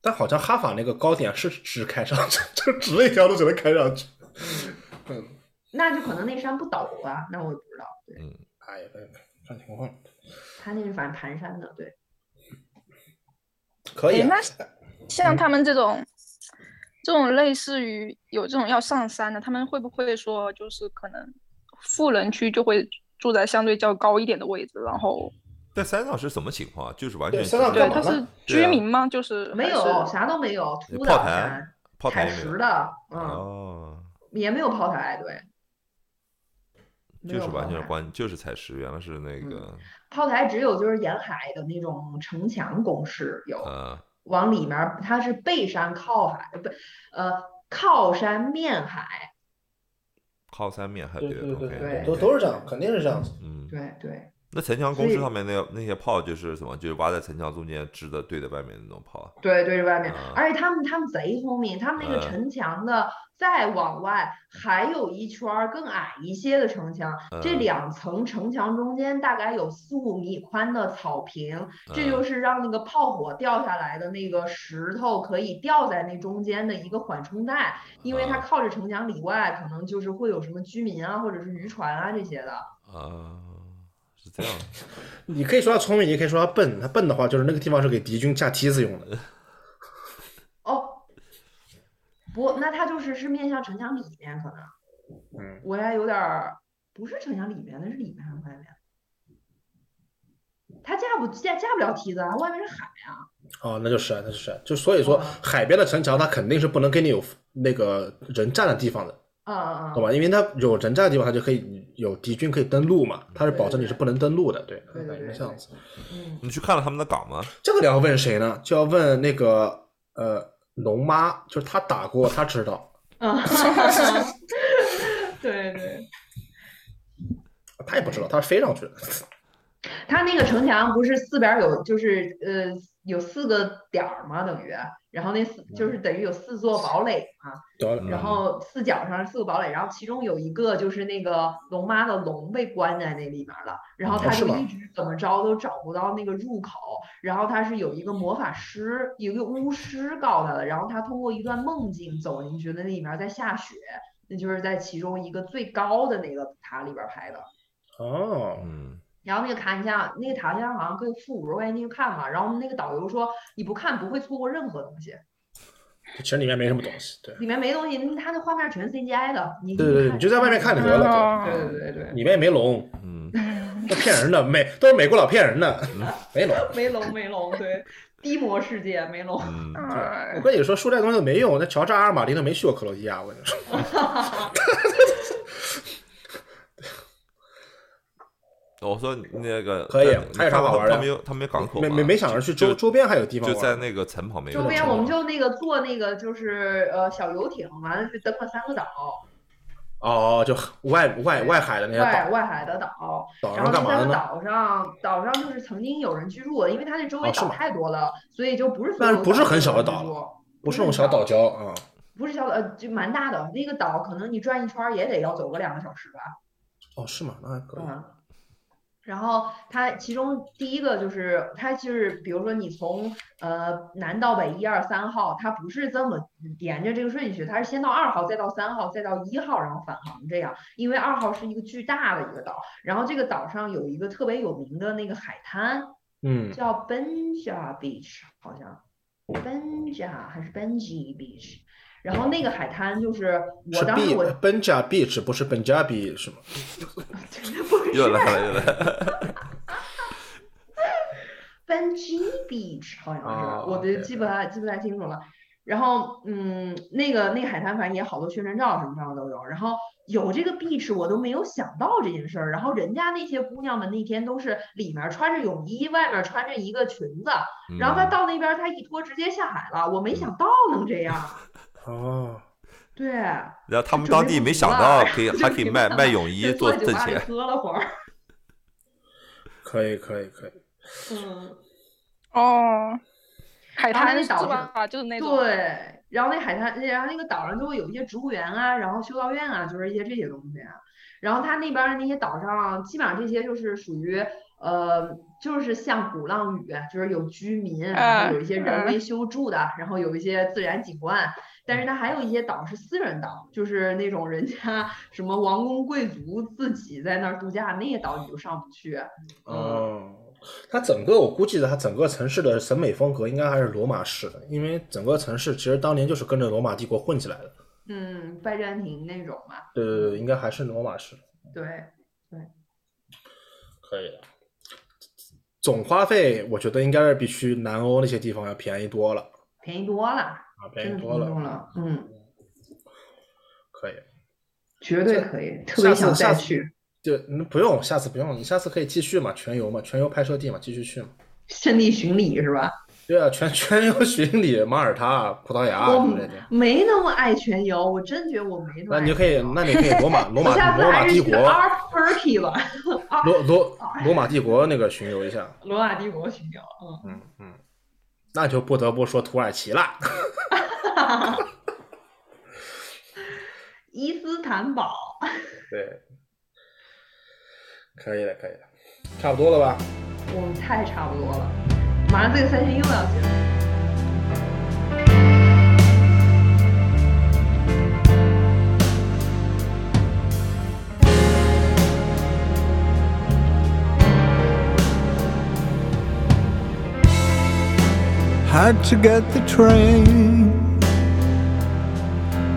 Speaker 4: 但好像哈法那个高点是只开上去， 就直了一条路只能开上去。嗯，
Speaker 3: 那就可能那山不陡吧，那我也不知道。对，
Speaker 2: 嗯，
Speaker 4: 哎呀，看情况
Speaker 3: 他那是反正盘山的，对。
Speaker 4: 可以、
Speaker 3: 哎
Speaker 5: 诶
Speaker 4: 啊
Speaker 5: 那。
Speaker 2: 嗯
Speaker 5: 像他们这种，这种类似于有这种要上山的，他们会不会说就是可能富人区就会住在相对较高一点的位置，然后
Speaker 2: 在山上是什么情况啊？就是完全
Speaker 4: 对山上
Speaker 2: 就是
Speaker 5: 对
Speaker 4: 干嘛
Speaker 5: 他是
Speaker 4: 呢
Speaker 2: 对
Speaker 5: 居
Speaker 2: 啊
Speaker 5: 民吗？就是
Speaker 3: 没
Speaker 5: 还
Speaker 3: 有，
Speaker 5: 是
Speaker 3: 啥都没有，
Speaker 2: 那
Speaker 3: 土
Speaker 2: 炮
Speaker 3: 的
Speaker 2: 台
Speaker 3: 山，
Speaker 2: 炮台
Speaker 3: 采
Speaker 2: 也没
Speaker 3: 石
Speaker 2: 有。
Speaker 4: 啊
Speaker 3: 的，嗯，
Speaker 2: 哦，
Speaker 3: 也没有炮台，对，没
Speaker 2: 就
Speaker 3: 有
Speaker 2: 是完
Speaker 3: 炮
Speaker 2: 全
Speaker 3: 台
Speaker 2: 关，就是采石，原来是那个
Speaker 3: 炮台只有就是沿海的那种城墙工事有，
Speaker 2: 呃，
Speaker 3: 往里面儿它是背山靠海，呃不，呃，靠山面海，
Speaker 2: 靠山面海
Speaker 4: 哎对对
Speaker 2: ，OK，
Speaker 3: 对
Speaker 4: 都都是这样，肯定是这样子。
Speaker 2: 嗯，
Speaker 3: 对对，
Speaker 2: 那城墙
Speaker 3: 所
Speaker 2: 工事
Speaker 3: 以
Speaker 2: 上面那个那些炮就是什么？就是挖在城墙中间支的对着外面那种炮啊。
Speaker 3: 对对着外面
Speaker 2: 啊，
Speaker 3: 而且他们他们贼聪明，他们那个
Speaker 2: 嗯
Speaker 3: 城墙的再往外还有一圈儿更矮一些的城墙，这
Speaker 2: 嗯
Speaker 3: 两层城墙中间大概有四五米宽的草坪，这就
Speaker 2: 嗯
Speaker 3: 是让那个炮火掉下来的那个石头可以掉在那中间的一个缓冲带，因为它
Speaker 2: 啊
Speaker 3: 靠着城墙里外，可能就是会有什么居民啊，或者是渔船啊这些的。
Speaker 2: 啊，是这样的。
Speaker 4: 你可以说他聪明，你也可以说他笨。他笨的话，就是那个地方是给敌军架梯子用的。
Speaker 3: 哦，不，那它就是是面向城墙里面，可能
Speaker 4: 嗯，
Speaker 3: 我也有点儿不是城墙里面的，是里面还是外面？它架不架架不了梯子啊，外面是海啊。
Speaker 4: 哦，那就是啊，那就是啊，就所以说
Speaker 3: 哦
Speaker 4: 海边的城墙，它肯定是不能给你有那个人站的地方的，
Speaker 3: 嗯嗯嗯，
Speaker 4: 懂吧？因为它有人站的地方，它就可以有敌军可以登陆嘛，它是保证你是不能登陆的，对，
Speaker 3: 对对对
Speaker 4: 应该这样子。
Speaker 3: 嗯，
Speaker 2: 你去看了他们的 岗吗？
Speaker 4: 这个你要问谁呢？就要问那个呃龙妈，就是她打过，她知道，
Speaker 3: 啊，嗯 对对，
Speaker 4: 她也不知道，她是飞上去的。
Speaker 3: 它那个城墙不是四边儿有，就是呃有四个点儿嘛，等于，然后那四就是等于有四座堡垒嘛，
Speaker 4: 得
Speaker 2: 嗯
Speaker 4: 了，
Speaker 3: 然后四角上是四个堡垒，然后其中有一个就是那个龙妈的龙被关在那里面了，然后
Speaker 4: 哦
Speaker 3: 他就
Speaker 4: 是吗
Speaker 3: 一直怎么着都找不到那个入口，然后他是有一个魔法师，有一个巫师告他的，然后他通过一段梦境走进去的，那里面在下雪，那就是在其中一个最高的那个塔里边拍的。
Speaker 4: 哦，
Speaker 2: 嗯，
Speaker 3: 然后那个塔，你想那个塔现在好像可以付五十块钱进去看嘛。然后我们那个导游说，你不看不会错过任何东西，
Speaker 4: 其实里面没什么东西，对，
Speaker 3: 里面没东西，那它那画面全是 CGI 的，你
Speaker 4: 对对，你就在外面看就得了，
Speaker 5: 哦
Speaker 3: 对对对对
Speaker 4: 对，里面也没龙，
Speaker 2: 嗯，
Speaker 4: 都骗人的，美都是美国佬骗人的， 没龙。
Speaker 3: 对，没龙没龙，对，低魔世界没龙，
Speaker 2: 嗯，
Speaker 4: 我
Speaker 5: 哎
Speaker 4: 跟你说，说这东西没用，那乔治阿尔马丁都没去过克罗地亚，我跟你说。
Speaker 2: 我说你那个
Speaker 4: 可以啊
Speaker 2: 在
Speaker 4: 还有啥
Speaker 2: 他们
Speaker 4: 好玩的
Speaker 2: 他们有他们有港口
Speaker 4: 没
Speaker 2: 吗
Speaker 4: 没没想着去
Speaker 2: 就
Speaker 4: 周周边还有地方
Speaker 2: 就
Speaker 4: 玩。
Speaker 2: 在那个城旁边有个城
Speaker 3: 周边
Speaker 2: 堡。
Speaker 3: 我们就那个坐那个就是呃小游艇，完了去登了三个岛，
Speaker 4: 哦，就外外外海的那些
Speaker 3: 外
Speaker 4: 哎岛
Speaker 3: 外海的岛，
Speaker 4: 岛
Speaker 3: 然
Speaker 4: 上
Speaker 3: 后
Speaker 4: 干
Speaker 3: 那
Speaker 4: 嘛的
Speaker 3: 三个
Speaker 4: 呢？
Speaker 3: 岛上，岛上就是曾经有人居住的，因为它那周围
Speaker 4: 哦是
Speaker 3: 岛
Speaker 4: 吗
Speaker 3: 太多了，所以就不是所有
Speaker 4: 但是不是
Speaker 3: 岛
Speaker 4: 很
Speaker 3: 都
Speaker 4: 小
Speaker 3: 有
Speaker 4: 的
Speaker 3: 人
Speaker 4: 岛
Speaker 3: 居住，
Speaker 4: 不是那种小岛礁啊，
Speaker 3: 不是小岛，呃，就蛮大的。那个岛可能你转一圈儿也得要走个两个小时吧。
Speaker 4: 哦，是吗？那还可以。
Speaker 3: 嗯，然后它其中第一个就是它就是，比如说你从呃南到北一二三号，它不是这么沿着这个顺序，它是先到二号，再到三号，再到一号，然后返航这样。因为二号是一个巨大的一个岛，然后这个岛上有一个特别有名的那个海滩，
Speaker 4: 嗯，
Speaker 3: 叫 Benja Beach，好像 Benja 还是 Benji Beach。然后那个海滩就是我
Speaker 4: 是
Speaker 3: 当时
Speaker 4: B
Speaker 3: 我
Speaker 4: Benja Beach，不是 Benjabi 是吗？
Speaker 3: 不是
Speaker 2: 又来了又来了，
Speaker 3: Benji Beach 好像是，
Speaker 4: 哦
Speaker 3: 我
Speaker 4: ，OK，
Speaker 3: 的记不太记不太清楚了。然后，嗯，那个那个海滩反正也好多宣传照什么上的都有。然后有这个 beach，我都没有想到这件事儿。然后人家那些姑娘们那天都是里面穿着泳衣，外面穿着一个裙子，
Speaker 2: 嗯
Speaker 3: 然后她到那边儿她一脱直接下海了。我没想到能这样，
Speaker 4: 哦，
Speaker 3: 对，
Speaker 2: 然后他们
Speaker 3: 准备
Speaker 2: 当地
Speaker 3: 不
Speaker 2: 没
Speaker 3: 及
Speaker 2: 想
Speaker 3: 了
Speaker 2: 到可以
Speaker 3: 就
Speaker 2: 还可以
Speaker 3: 没
Speaker 2: 卖
Speaker 3: 办
Speaker 2: 卖
Speaker 3: 法
Speaker 2: 泳衣
Speaker 3: 就
Speaker 2: 做
Speaker 3: 坐在酒
Speaker 2: 挣
Speaker 3: 吧里
Speaker 2: 钱，
Speaker 3: 喝了会儿，
Speaker 4: 可以可以可以。
Speaker 3: 嗯。
Speaker 5: 哦，海
Speaker 3: 然后
Speaker 5: 滩
Speaker 3: 那
Speaker 5: 是
Speaker 3: 岛
Speaker 5: 吧？就是那种
Speaker 3: 对，然后那海滩，然后那个岛上就会有一些植物园啊，然后修道院啊，就是一些这些东西啊。然后它那边儿的那些岛上，基本上这些就是属于呃，就是像鼓浪屿，就是有居民，然
Speaker 5: 嗯
Speaker 3: 后有一些人
Speaker 5: 嗯
Speaker 3: 为修筑的，然后有一些自然景观。但是它还有一些岛是私人岛，就是那种人家什么王公贵族自己在那儿度假，那些岛你就上不去。
Speaker 4: 哦，它整个我估计它整个城市的审美风格应该还是罗马式的，因为整个城市其实当年就是跟着罗马帝国混起来的。
Speaker 3: 嗯，拜占庭那种嘛，
Speaker 4: 对对对，应该还是罗马式的。
Speaker 3: 对。
Speaker 4: 可以的。总花费我觉得应该是比去南欧那些地方要便宜多了
Speaker 3: 便宜多了，
Speaker 4: 啊，
Speaker 3: 真
Speaker 4: 便
Speaker 3: 的
Speaker 4: 宜多了，
Speaker 3: 便宜了，嗯。
Speaker 4: 可以。
Speaker 3: 绝对可以，特
Speaker 4: 下
Speaker 3: 别
Speaker 4: 次
Speaker 3: 想
Speaker 4: 下
Speaker 3: 再
Speaker 4: 次
Speaker 3: 去。
Speaker 4: 就嗯不用，下次不用，你下次可以继续嘛，全游嘛，全游拍摄地嘛，继续去嘛。
Speaker 3: 圣地巡礼是吧？
Speaker 4: 对啊，全 全游巡礼，马耳他、葡萄牙
Speaker 3: 我
Speaker 4: 什么的。
Speaker 3: 没那么爱全游，我真觉得我没那么
Speaker 4: 那
Speaker 3: 爱全游。
Speaker 4: 你就可以，那你可以罗马罗
Speaker 3: 我下
Speaker 4: 马
Speaker 3: 次
Speaker 4: 罗马
Speaker 3: 还
Speaker 4: 帝
Speaker 3: 是去
Speaker 4: 国，
Speaker 3: 阿尔弗尔基吧，阿
Speaker 4: 罗罗罗马帝国那个巡游一下。
Speaker 3: 罗马帝国巡游。嗯，
Speaker 4: 嗯嗯，那就不得不说土耳其了。
Speaker 3: 伊斯坦堡。
Speaker 4: 对，可以的，可以的，差不多了吧？
Speaker 3: 我们太差不多了，马上这个赛季又要结束。
Speaker 6: had to get the train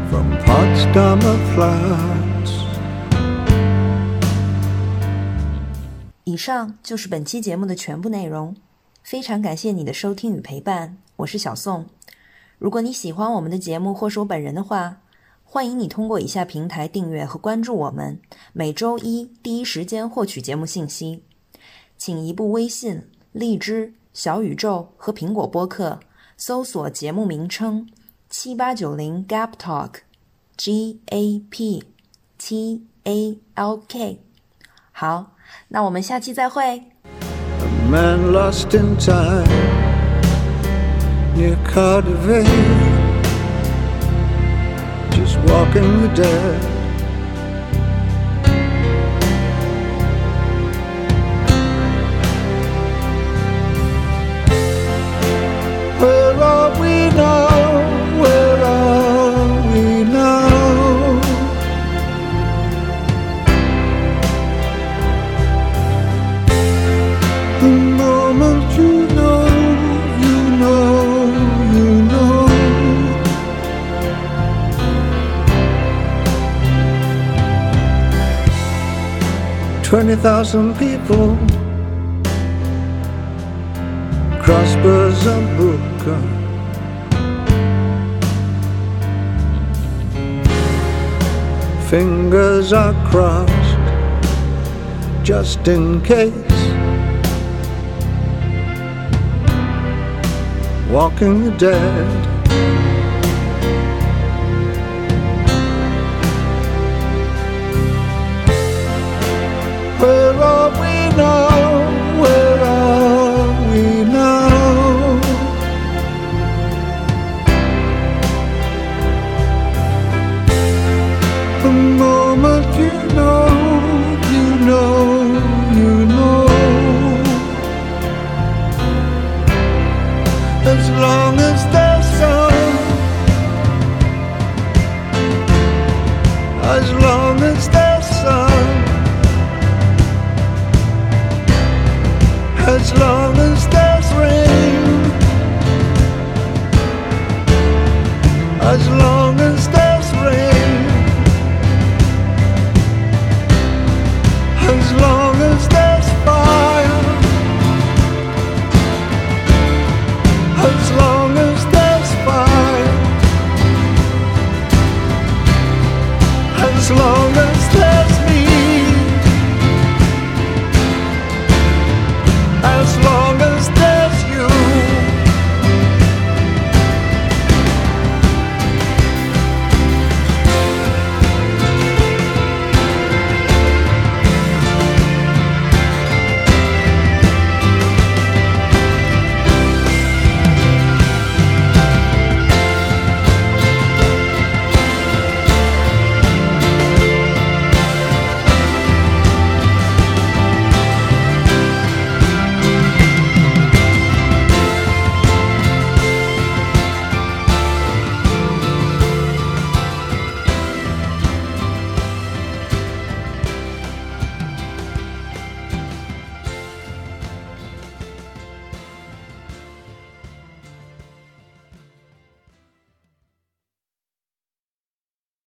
Speaker 6: from Potsdamer Flats.
Speaker 7: 以上就是本期节目的全部内容，非常感谢你的收听与陪伴，我是小宋。如果你喜欢我们的节目或是我本人的话，欢迎你通过以下平台订阅和关注我们，每周一第一时间获取节目信息。请移步微信、荔枝、小宇宙和苹果播客搜索节目名称“七八九零 Gap Talk”，G A P T A L K。好，那我们下期再会。
Speaker 6: A man lost in time near Cardiff. Just walking the dead. Where are we now? Where are we now? The moment you know, you know, you know. Twenty thousand people crossbows and broken. Fingers are crossed just in case. walking the dead. Where are we now? Where are we now? The moment you know, you know, you know. As long as there's sun, as long as there's sun, as long as there's rain, as long as